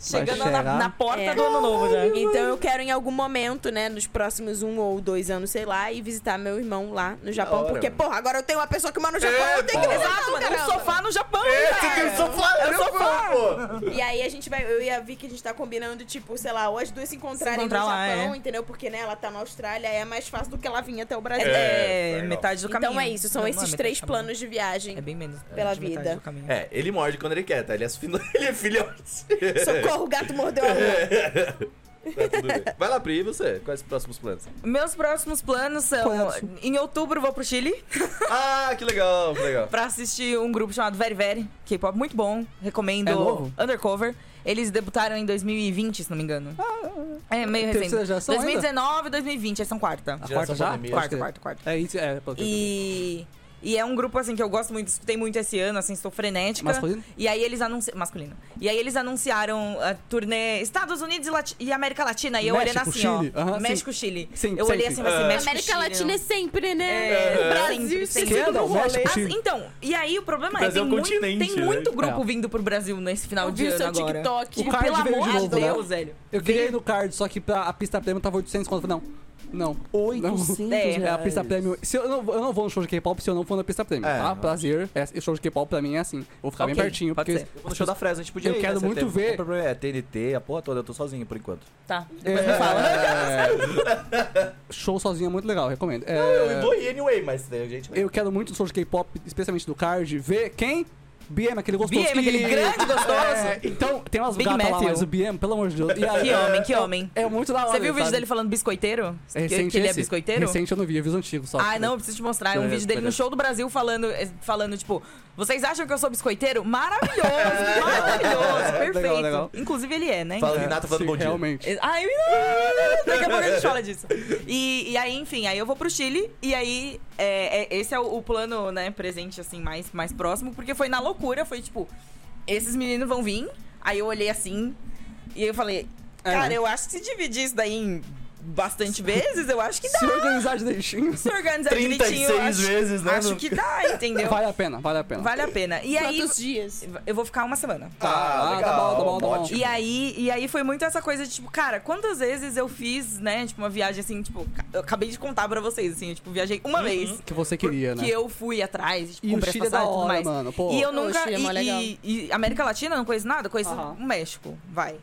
E: chegando na-
B: chegar.
E: Na, porta
D: É.
E: do ano novo já.
D: Então eu quero em algum momento, né, nos próximos um ou dois anos, sei lá, e visitar meu irmão lá no Japão.
A: hora,
D: porque,
A: mano. É,
D: porra, agora eu tenho uma pessoa que mora no Japão, eu tenho que
A: porra.
D: visitar.
E: Exato, mano, um
D: caramba.
E: sofá no Japão,
D: É,
A: Você tem
E: velho.
A: um sofá, eu sou fã, pô.
D: E aí a gente vai, eu e a Vicky, a gente tá combinando, tipo, sei lá, ou as duas se encontrarem
E: Se encontrar
D: no
E: lá,
D: Japão,
E: é.
D: entendeu? Porque, né, ela tá na Austrália, é mais fácil do que ela vir até o Brasil.
E: É,
A: É,
E: metade do caminho.
D: Então é isso, são
E: Não, não é
D: esses
E: metade
D: três
E: do caminho.
D: planos de viagem.
E: É bem menos. é
D: Pela
E: de metade
D: vida.
E: do caminho.
A: É, ele morde quando ele quer, tá? Ele é, fil... ele é filhote.
D: Socorro, o gato
E: É.
D: mordeu a lua.
A: Tá, tudo bem. Vai lá, Pri, e você? Quais os próximos planos?
E: Meus próximos planos são.
D: é
B: Próximo.
E: Em outubro eu vou pro Chile
A: Ah, que legal, que legal.
E: pra assistir um grupo chamado Very Very, K-pop muito bom, recomendo.
B: É novo?
E: Undercover. Eles debutaram em 2020, se não me engano.
D: Ah,
E: é meio recente.
B: terceira geração ainda?
E: 2019 2020, eles são quarta.
B: A quarta
A: Geração
B: já?
A: pandemia.
E: Quarta,
B: Pode
E: quarta, quarta.
B: crer. É isso, é. pode crer.
E: E. E é um grupo, assim, que eu gosto muito, escutei muito esse ano, assim, estou frenética.
B: Masculino?
E: E aí eles anunciaram. Masculino. E aí eles anunciaram a turnê Estados Unidos e, Lati- e América Latina. E eu olhando
B: México,
E: assim,
B: Chile.
E: ó.
B: Aham, sim.
E: México, Chile.
B: Sim,
E: eu olhei
B: sempre.
E: assim, vai ser
A: Ah.
E: México,
D: América
E: Chile.
D: Latina é sempre, né?
E: É,
D: Brasil
E: sempre,
D: sempre,
E: sempre.
D: no
B: Esquerda,
D: rolê.
B: México,
E: As-
B: Chile.
E: então, e aí o problema é,
A: Brasil
E: tem,
A: é um
E: muito,
A: continente,
E: tem
A: né?
E: muito grupo
B: É.
E: vindo pro Brasil nesse final
D: Eu
E: de
D: vi o
E: ano
D: seu
E: agora. Tá
D: TikTok.
B: O card
E: Pelo
B: veio
E: amor
B: de
E: de
B: novo, né?
E: Deus, velho.
B: Eu queria ir no card, só que pra- a pista premium tava 800 conto. Eu falei, Não. Não. 800
E: É,
B: É, a pista premium. Se eu, não, eu não vou no show de K-pop se eu não for na pista premium.
A: É,
B: tá?
A: não.
B: Prazer. É, show de K-pop pra mim é assim. Vou ficar bem
E: Ok,
B: pertinho,
E: pode
B: porque.
E: ser.
A: Eu vou no show da Fresno, a gente podia
B: Eu
A: ir,
B: quero
A: né,
B: muito
A: setembro.
B: ver.
A: O problema é TNT, a porra toda, eu tô sozinho por enquanto.
E: Tá.
B: Depois me fala. é, Show sozinho é muito legal, recomendo. É,
A: Eu vou ir anyway, mas daí a gente...
B: eu quero muito no show de K-pop, especialmente do card, ver quem? BM, aquele gostoso.
E: BM, aquele
B: E-
E: grande gostoso.
B: É, então, tem umas
E: Big
B: gatas lá,
E: Matthew.
B: mas o BM, pelo amor de Deus. E aí,
E: Que
B: é-
E: homem, que homem.
B: É muito da hora.
E: Você viu o vídeo
B: sabe?
E: dele falando biscoiteiro?
B: É
E: Que-
B: recente
E: que ele é
B: esse?
E: biscoiteiro?
B: Recente eu não vi, eu vi os antigos só.
E: Ah, não, eu preciso te mostrar. É um
B: Beleza,
E: vídeo dele no
B: beleza.
E: show do Brasil falando, eh, falando tipo, vocês acham que eu sou biscoiteiro? Maravilhoso, maravilhoso, perfeito.
B: Legal, legal.
E: Inclusive ele é, né?
A: Fala,
E: Então-
A: Renata falando
B: Sim,
A: bom dia.
B: Realmente.
E: Ai, daqui a pouco a gente fala disso. E, e aí, enfim, aí eu vou pro Chile e aí é, é- esse é o, o plano, né, presente, assim, mais, mais próximo, porque foi na loucura, foi tipo, esses meninos vão vir, aí eu olhei assim e eu falei,
B: É.
E: cara, eu acho que se dividir isso daí em bastante vezes, eu acho que dá.
B: Se organizar direitinho,
E: Se organizar
A: 36
E: direitinho, eu acho,
A: vezes, né?
E: acho que dá, entendeu?
B: vale a pena, vale a pena.
E: Vale a pena. E aí,
C: Quantos dias?
E: eu vou ficar uma semana.
B: Ah, tá bom, tá bom, tá bom.
A: ótimo.
E: E aí, e aí foi muito essa coisa de, tipo, cara, quantas vezes eu fiz, né, tipo, uma viagem assim, tipo, ca- eu acabei de contar pra vocês, assim, eu, tipo, viajei uma vez.
B: Uhum. Que você queria, né?
E: Que eu fui atrás, tipo,
B: E o
E: comprei as
B: Chile é da
E: passagens e tudo
B: hora,
E: mais.
B: mano, pô.
E: E eu
C: Ô,
E: nunca.
C: Chile é mó legal.
E: e, e- e América Latina, eu não conheço nada, eu conheço
B: Aham.
E: o México, vai.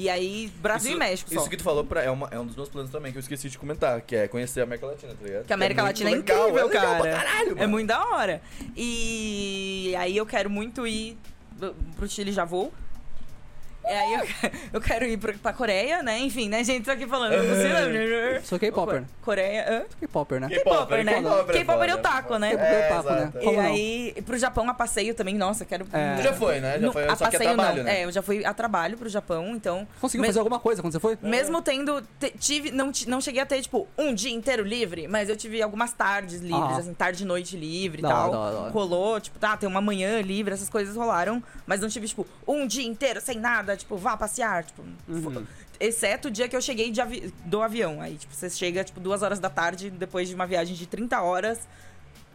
E: E aí, Brasil e México só.
A: Isso que tu falou pra, é, uma- é um dos meus planos também, que eu esqueci de comentar, que é conhecer a América Latina, tá ligado?
E: Que a América
A: muito
E: Latina é
A: legal,
E: incrível,
A: legal
E: cara.
A: pra caralho,
E: É
A: mano.
E: muito da hora. E aí eu quero muito ir do- pro Chile, já vou. E aí eu, que- eu quero ir pro, pra Coreia, né? Enfim, né, gente? Tô aqui falando. não sei lá.
B: Sou K-popper.
E: Coreia. hã?
B: K-popper, né?
E: K-popper, né?
A: K-popper é
E: K-popper eu
A: foda.
E: taco, né?
B: K-popper
A: É,
B: é papo, né?
A: exato.
E: E
B: Como não?
E: aí, pro Japão a passeio também, nossa, quero.
B: É.
A: Tu já foi, né? Já
E: Não,
A: foi, só
E: a
A: que é
E: passeio
A: trabalho,
E: não.
A: né?
E: É, eu já fui a trabalho pro Japão, então.
B: Conseguiu
E: Mas-
B: fazer alguma coisa quando você foi?
E: Mesmo tendo. te- tive, não, ti- não cheguei a ter, tipo, um dia inteiro livre, mas eu tive algumas tardes livres,
B: Ah.
E: assim, tarde e noite livre e
B: Da
E: tal.
B: hora, da hora, da hora.
E: Rolou, tipo, tá, tem uma manhã livre, essas coisas rolaram, mas não tive, tipo, um dia inteiro sem nada, tipo, vá passear, tipo.
B: Uhum.
E: fo- Exceto o dia que eu cheguei de avi- do avião. Aí, tipo, você chega, tipo, duas horas da tarde, depois de uma viagem de 30 horas.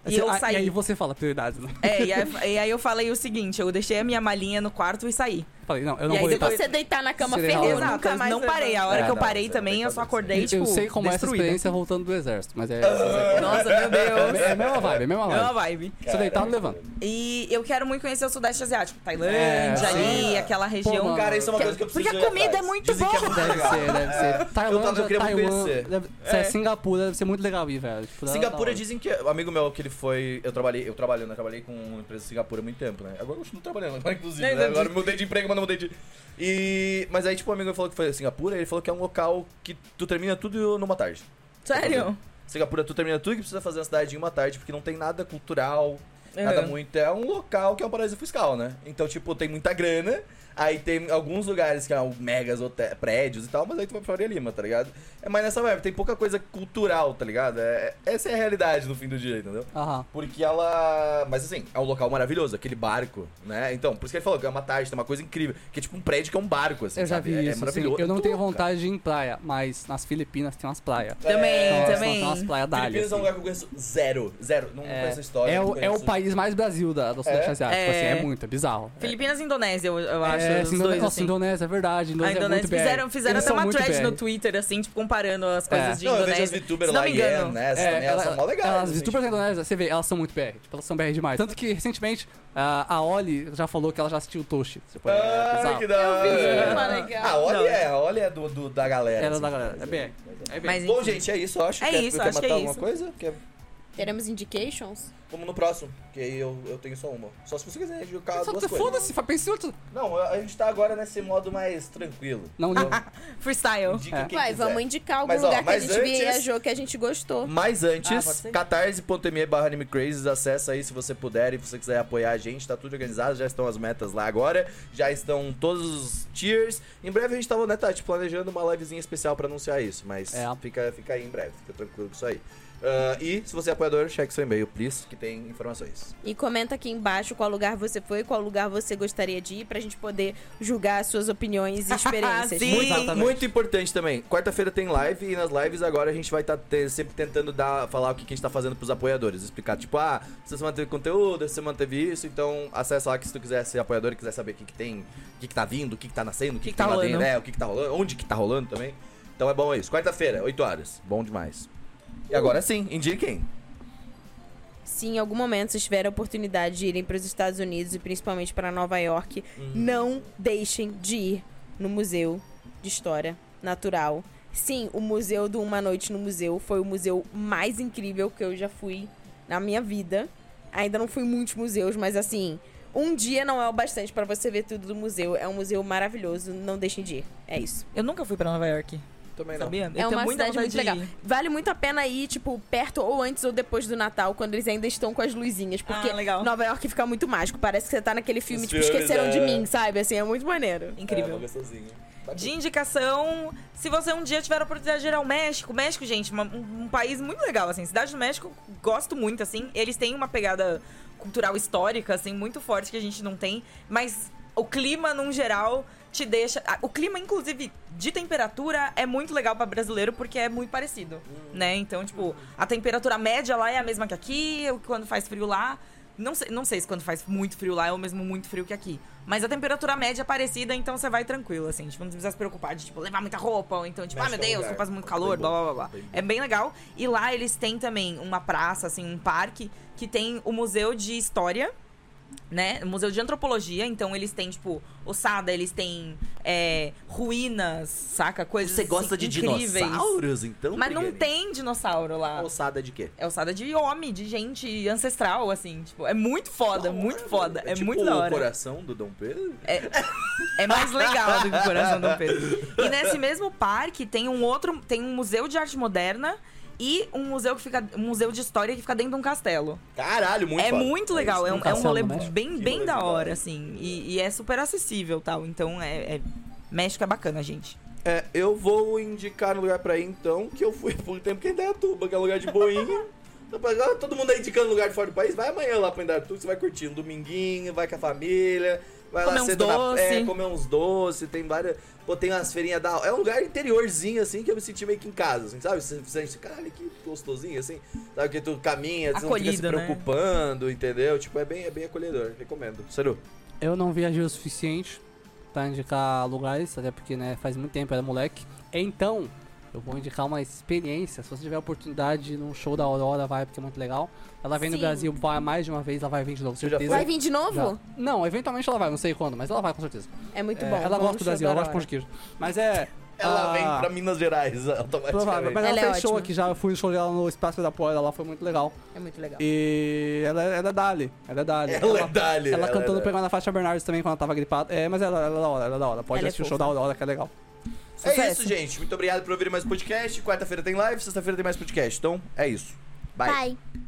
E: E
B: Você-
E: eu
B: ah,
E: saí.
B: E aí você fala prioridades, né?
E: É, e aí, e aí eu falei o seguinte: eu deixei a minha malinha no quarto e saí.
B: Falei, não, eu não
E: E aí
B: vou
C: Se
B: ir. tá?
E: depois-
C: você deitar na cama
B: Seria da
C: feliz,
B: hora.
E: Exato,
C: nunca
E: eu
C: mais
E: não
C: vai
E: parei. A hora
A: É,
E: que eu
A: não,
E: parei
A: você
E: também,
A: tem
E: eu
A: que
E: só
A: fazer
E: acordei,
B: Eu
E: tipo,
B: sei como é essa
E: destruída.
B: experiência voltando do exército, mas é. é
E: Nossa, meu Deus.
B: a mesma vibe, é a mesma
E: É uma
B: vibe.
E: vibe.
B: Você deitar, não levanta.
E: E eu quero muito conhecer o Sudeste Asiático. Tailândia,
B: É, sim.
E: ali, aquela região.
B: mano.
A: Cara, isso é uma coisa que eu
E: Porque
A: preciso ir
E: a comida
A: atrás.
E: é muito
A: Dizem que é
E: boa.
A: muito
B: Deve
A: legal.
B: ser, deve ser. Tailândia,
A: queria muito
B: Taiwan.
A: conhecer.
B: Deve, Se é Singapura, deve ser muito legal ir, velho. Tipo, da-
E: é
B: da
A: Singapura
B: hora.
A: dizem que. O amigo meu que ele foi. Eu trabalhei, eu trabalhando, eu trabalhei com uma empresa de Singapura há muito tempo, né? Agora eu continuo trabalhando, agora, inclusive. né? Agora eu mudei de emprego, mas não mudei de. E. Mas aí, tipo, o amigo meu falou que foi a Singapura, ele falou que é um local que tu termina tudo numa tarde.
E: Sério?
A: Singapura, tu termina tudo que precisa fazer na cidade em uma tarde, porque não tem nada cultural, nada
E: Uhum.
A: muito. É um local que é um paraíso fiscal, né? Então, tipo, tem muita grana. Aí tem alguns lugares que são megas hotel, prédios e tal, mas aí tu vai pra Faria Lima, tá ligado? É mais nessa vibe, tem pouca coisa cultural, tá ligado? É- essa é a realidade no fim do dia, entendeu?
B: Aham.
A: Porque ela. Mas assim, é um local maravilhoso, aquele barco, né? Então, por isso que ele falou que é uma tarde, tem uma coisa incrível. Que é tipo um prédio que é um barco, assim.
B: Eu já
A: sabe?
B: vi
A: é, é
B: isso. assim,
A: maravilhoso.
B: eu não tenho
A: Tudo, cara.
B: vontade de ir em praia, mas nas Filipinas tem umas praias.
E: Também,
B: Nossa,
E: É, também.
B: Tem umas praias da área,
A: Filipinas é um
B: assim.
A: lugar que eu conheço zero. Zero. Não conheço a história.
B: É
A: não
B: o, é o
A: conheço-
B: país mais Brasil da, do Sudeste
A: É?
B: Asiático,
E: É.
B: assim, é muito, é bizarro.
E: Filipinas e Indonésia, eu, eu acho.
B: É,
E: os
B: Indone-
E: dois,
B: nossa,
E: assim.
B: Indonésia, é verdade.
E: A
B: Indonésia, é
E: Indonésia
B: muito BR.
E: fizeram, fizeram
B: Eles
E: até
B: são
E: uma
B: muito
E: thread
B: BR.
E: no Twitter, assim, tipo, comparando as coisas
B: É.
E: de
A: Não, eu vejo
E: Indonésia.
A: as VTubers
E: Se não
A: lá,
E: me engano.
A: Yen, né? Essas
B: É,
A: também, elas
B: ela-
A: são mó legais.
B: elas-
A: assim,
B: VTubers da Indonésia, você vê, elas são muito BR. Tipo, elas são BR demais. Tanto que, recentemente, a a Oli já falou que ela já assistiu o Toshi. Tipo, é
A: Ah,
B: bizarro.
A: que da
D: tá
A: hora.
C: legal.
A: Ah, olha,
E: Não.
A: é, olha é do, do- da galera.
B: Era
A: assim.
B: da galera. É BR. É BR.
E: Mas,
A: Bom,
E: enfim.
A: gente, é isso, eu acho.
E: É
A: quer,
E: isso,
A: quer
E: acho
A: matar
E: que é
A: alguma
E: isso.
A: coisa? Quer...
C: Teremos indications?
A: Vamos no próximo, que aí eu, eu tenho só uma. Só se você quiser jogar
B: Só
A: Ah, duas
B: tu
A: coisas.
B: foda-se, fa- pensa em outro.
A: Não, a a gente tá agora nesse modo mais tranquilo.
B: Não, não.
E: Freestyle.
A: Indica
B: É.
A: quem
C: Vai,
A: quiser.
C: vamos indicar algum
A: Mas, ó,
C: lugar que a
A: mas
C: gente
A: antes-
C: viajou que a gente gostou.
A: Mas
E: Ah,
A: antes,
E: pode ser?
A: catarse.me barra animecrazes, acessa aí se você puder e se você quiser apoiar a gente, tá tudo organizado, já estão as metas lá agora, já estão todos os tiers. Em breve a gente tava, né, Tati, planejando uma livezinha especial pra anunciar isso, mas
B: É.
A: fica, fica aí em breve, fica tranquilo com isso aí. Ah, e se você é apoiador, cheque seu e-mail, please, que tem informações.
C: E comenta aqui embaixo qual lugar você foi, qual lugar você gostaria de ir, pra gente poder julgar as suas opiniões e
A: Ah,
C: experiências.
E: Sim.
A: Muito,
E: Exatamente.
A: muito importante também. Quarta-feira tem live e nas lives agora a gente vai estar sempre tentando dar, falar o que, que a gente tá fazendo pros apoiadores. Explicar, tipo, ah, essa semana teve conteúdo, essa semana teve isso, então acessa lá que se tu quiser ser apoiador e quiser saber o que, que tem, o que, que tá vindo, o que, que tá nascendo, o que, que,
E: tá
A: tem lá
E: rolando.
A: dentro, né? O que, que tá rolando, onde que tá rolando também. Então é bom isso. Quarta-feira, 8 horas. Bom demais. E agora sim, indiquem.
C: Se em algum momento vocês tiverem a oportunidade de irem para os Estados Unidos e principalmente para Nova York, não deixem de ir no Museu de História Natural. Sim, o Museu do Uma Noite no Museu foi o museu mais incrível que eu já fui na minha vida. Ainda não fui em muitos museus, mas assim, Um dia não é o bastante pra você ver tudo do museu. É um museu maravilhoso, não deixem de ir. É isso.
E: Eu nunca fui pra Nova York,
A: Também não.
E: sabia?
C: é
E: eu tenho
C: uma
E: muita
C: cidade muito
E: vontade de
C: legal.
E: ir.
C: Vale muito a pena ir, tipo, perto ou antes ou depois do Natal, quando eles ainda estão com as luzinhas. Porque
E: Ah, legal.
C: Nova York fica muito mágico. Parece que você tá naquele filme,
A: Os
C: tipo,
A: filmes,
C: esqueceram de
A: é.
C: mim, sabe? Assim, é muito maneiro.
E: Incrível. De indicação, se você um dia tiver a oportunidade de ir ao México, México, gente, uma- um, um país muito legal, assim. Cidade do México, gosto muito, assim. Eles têm uma pegada cultural histórica, assim, muito forte que a gente não tem. Mas o clima, num geral, te deixa. ah, O clima, inclusive, de temperatura, é muito legal pra brasileiro porque é muito parecido, né? Então, tipo, a temperatura média lá é a mesma que aqui, o- quando faz frio lá. Não sei, não sei se quando faz muito frio lá é o mesmo muito frio que aqui. Mas a temperatura média é parecida, então você vai tranquilo, assim. Tipo, não precisa se preocupar de, tipo, levar muita roupa. Ou então, tipo,
A: Mexe
E: ah, meu
A: com o
E: Deus,
A: lugar.
E: não faz muito
A: Bem
E: calor, blá,
A: bom,
E: blá, blá, blá.
A: bem bom.
E: É bem legal. E lá eles têm também uma praça, assim, um parque, que tem o Museu de História, né? O Museu de Antropologia. Então, eles têm, tipo, ossada, eles têm é, ruínas, saca? Coisas
A: Você gosta
E: assim,
A: de
E: incríveis.
A: dinossauros, então?
E: Mas não
A: Brigueirinho?
E: tem dinossauro lá.
A: Ossada de quê?
E: É ossada de homem, de gente ancestral, assim. Tipo, é muito foda, muito foda. É,
A: tipo
E: muito da
A: o
E: hora.
A: coração do Dom Pedro?
E: É mais legal do que o coração do Dom Pedro. E nesse mesmo parque tem um outro, tem um museu de arte moderna e um museu que fica, um museu de história que fica dentro de um castelo.
A: Caralho, muito
E: é
A: foda.
E: muito legal, é, um,
B: nunca
E: é um
B: saiu
E: rolê
B: do México?
E: bem,
A: Que
E: bem
A: rolê
E: da
A: legal.
E: hora, assim. E, e é super acessível, tal. Então é, é- México é bacana, gente.
A: É, eu vou indicar no lugar pra ir, então, que eu fui por um tempo que é Indaiatuba, que é um lugar de boinha. Rapaz, ah, Todo mundo aí indicando lugar de fora do país, vai amanhã lá pra Indaiatuba, você vai curtir um dominguinho, vai com a família, vai
E: Comer
A: lá
E: uns
A: senta na,
E: doce.
A: é, comer uns doces, tem várias... Pô, tem umas feirinhas da... É um lugar interiorzinho, assim, que eu me senti meio que em casa, assim, sabe? Você, você sente, caralho, que gostosinho, assim. Sabe, que tu caminha, você não fica se
E: Acolhido, né?
A: preocupando, entendeu? Tipo, é bem, é bem acolhedor, recomendo. Sério.
B: Eu não viajei o suficiente pra indicar lugares, até porque né, faz muito tempo eu era moleque. Então, eu vou indicar uma experiência. Se você tiver a oportunidade de ir num show da Aurora, vai, porque é muito legal. Ela vem no
C: Sim.
B: Brasil vai mais de uma vez, ela vai vir de novo,
A: Você já
B: certeza.
C: Vai vir de novo?
B: Já. Não, eventualmente ela vai, não sei quando, mas ela vai com certeza.
C: É muito
B: É,
C: bom.
B: ela
C: Vamos
B: gosta do Brasil, ela
C: chorar.
B: gosta de pão de queijo. Mas é.
A: Ela
B: ah,
A: vem pra Minas Gerais,
B: Provável,
A: automaticamente.
B: mas ela,
C: Ela é
B: fez show
C: ótima.
B: aqui já, eu fui no show dela no Espaço da Poeira, ela foi muito legal.
C: É muito legal.
B: E ela, ela é Dali, ela é Dali.
A: Ela é Dali.
B: Ela cantando
A: é-
B: pegando a faixa Bernardes também quando ela tava gripada. É, mas ela, ela é da hora, ela é da hora. Pode
C: Ela é
B: assistir o
C: fofa.
B: show da Aurora, que é legal.
A: É isso, gente. um Muito obrigado por ouvir mais podcast. Quarta-feira tem live, sexta-feira tem mais podcast. Então, é isso. Bye.
H: Bye.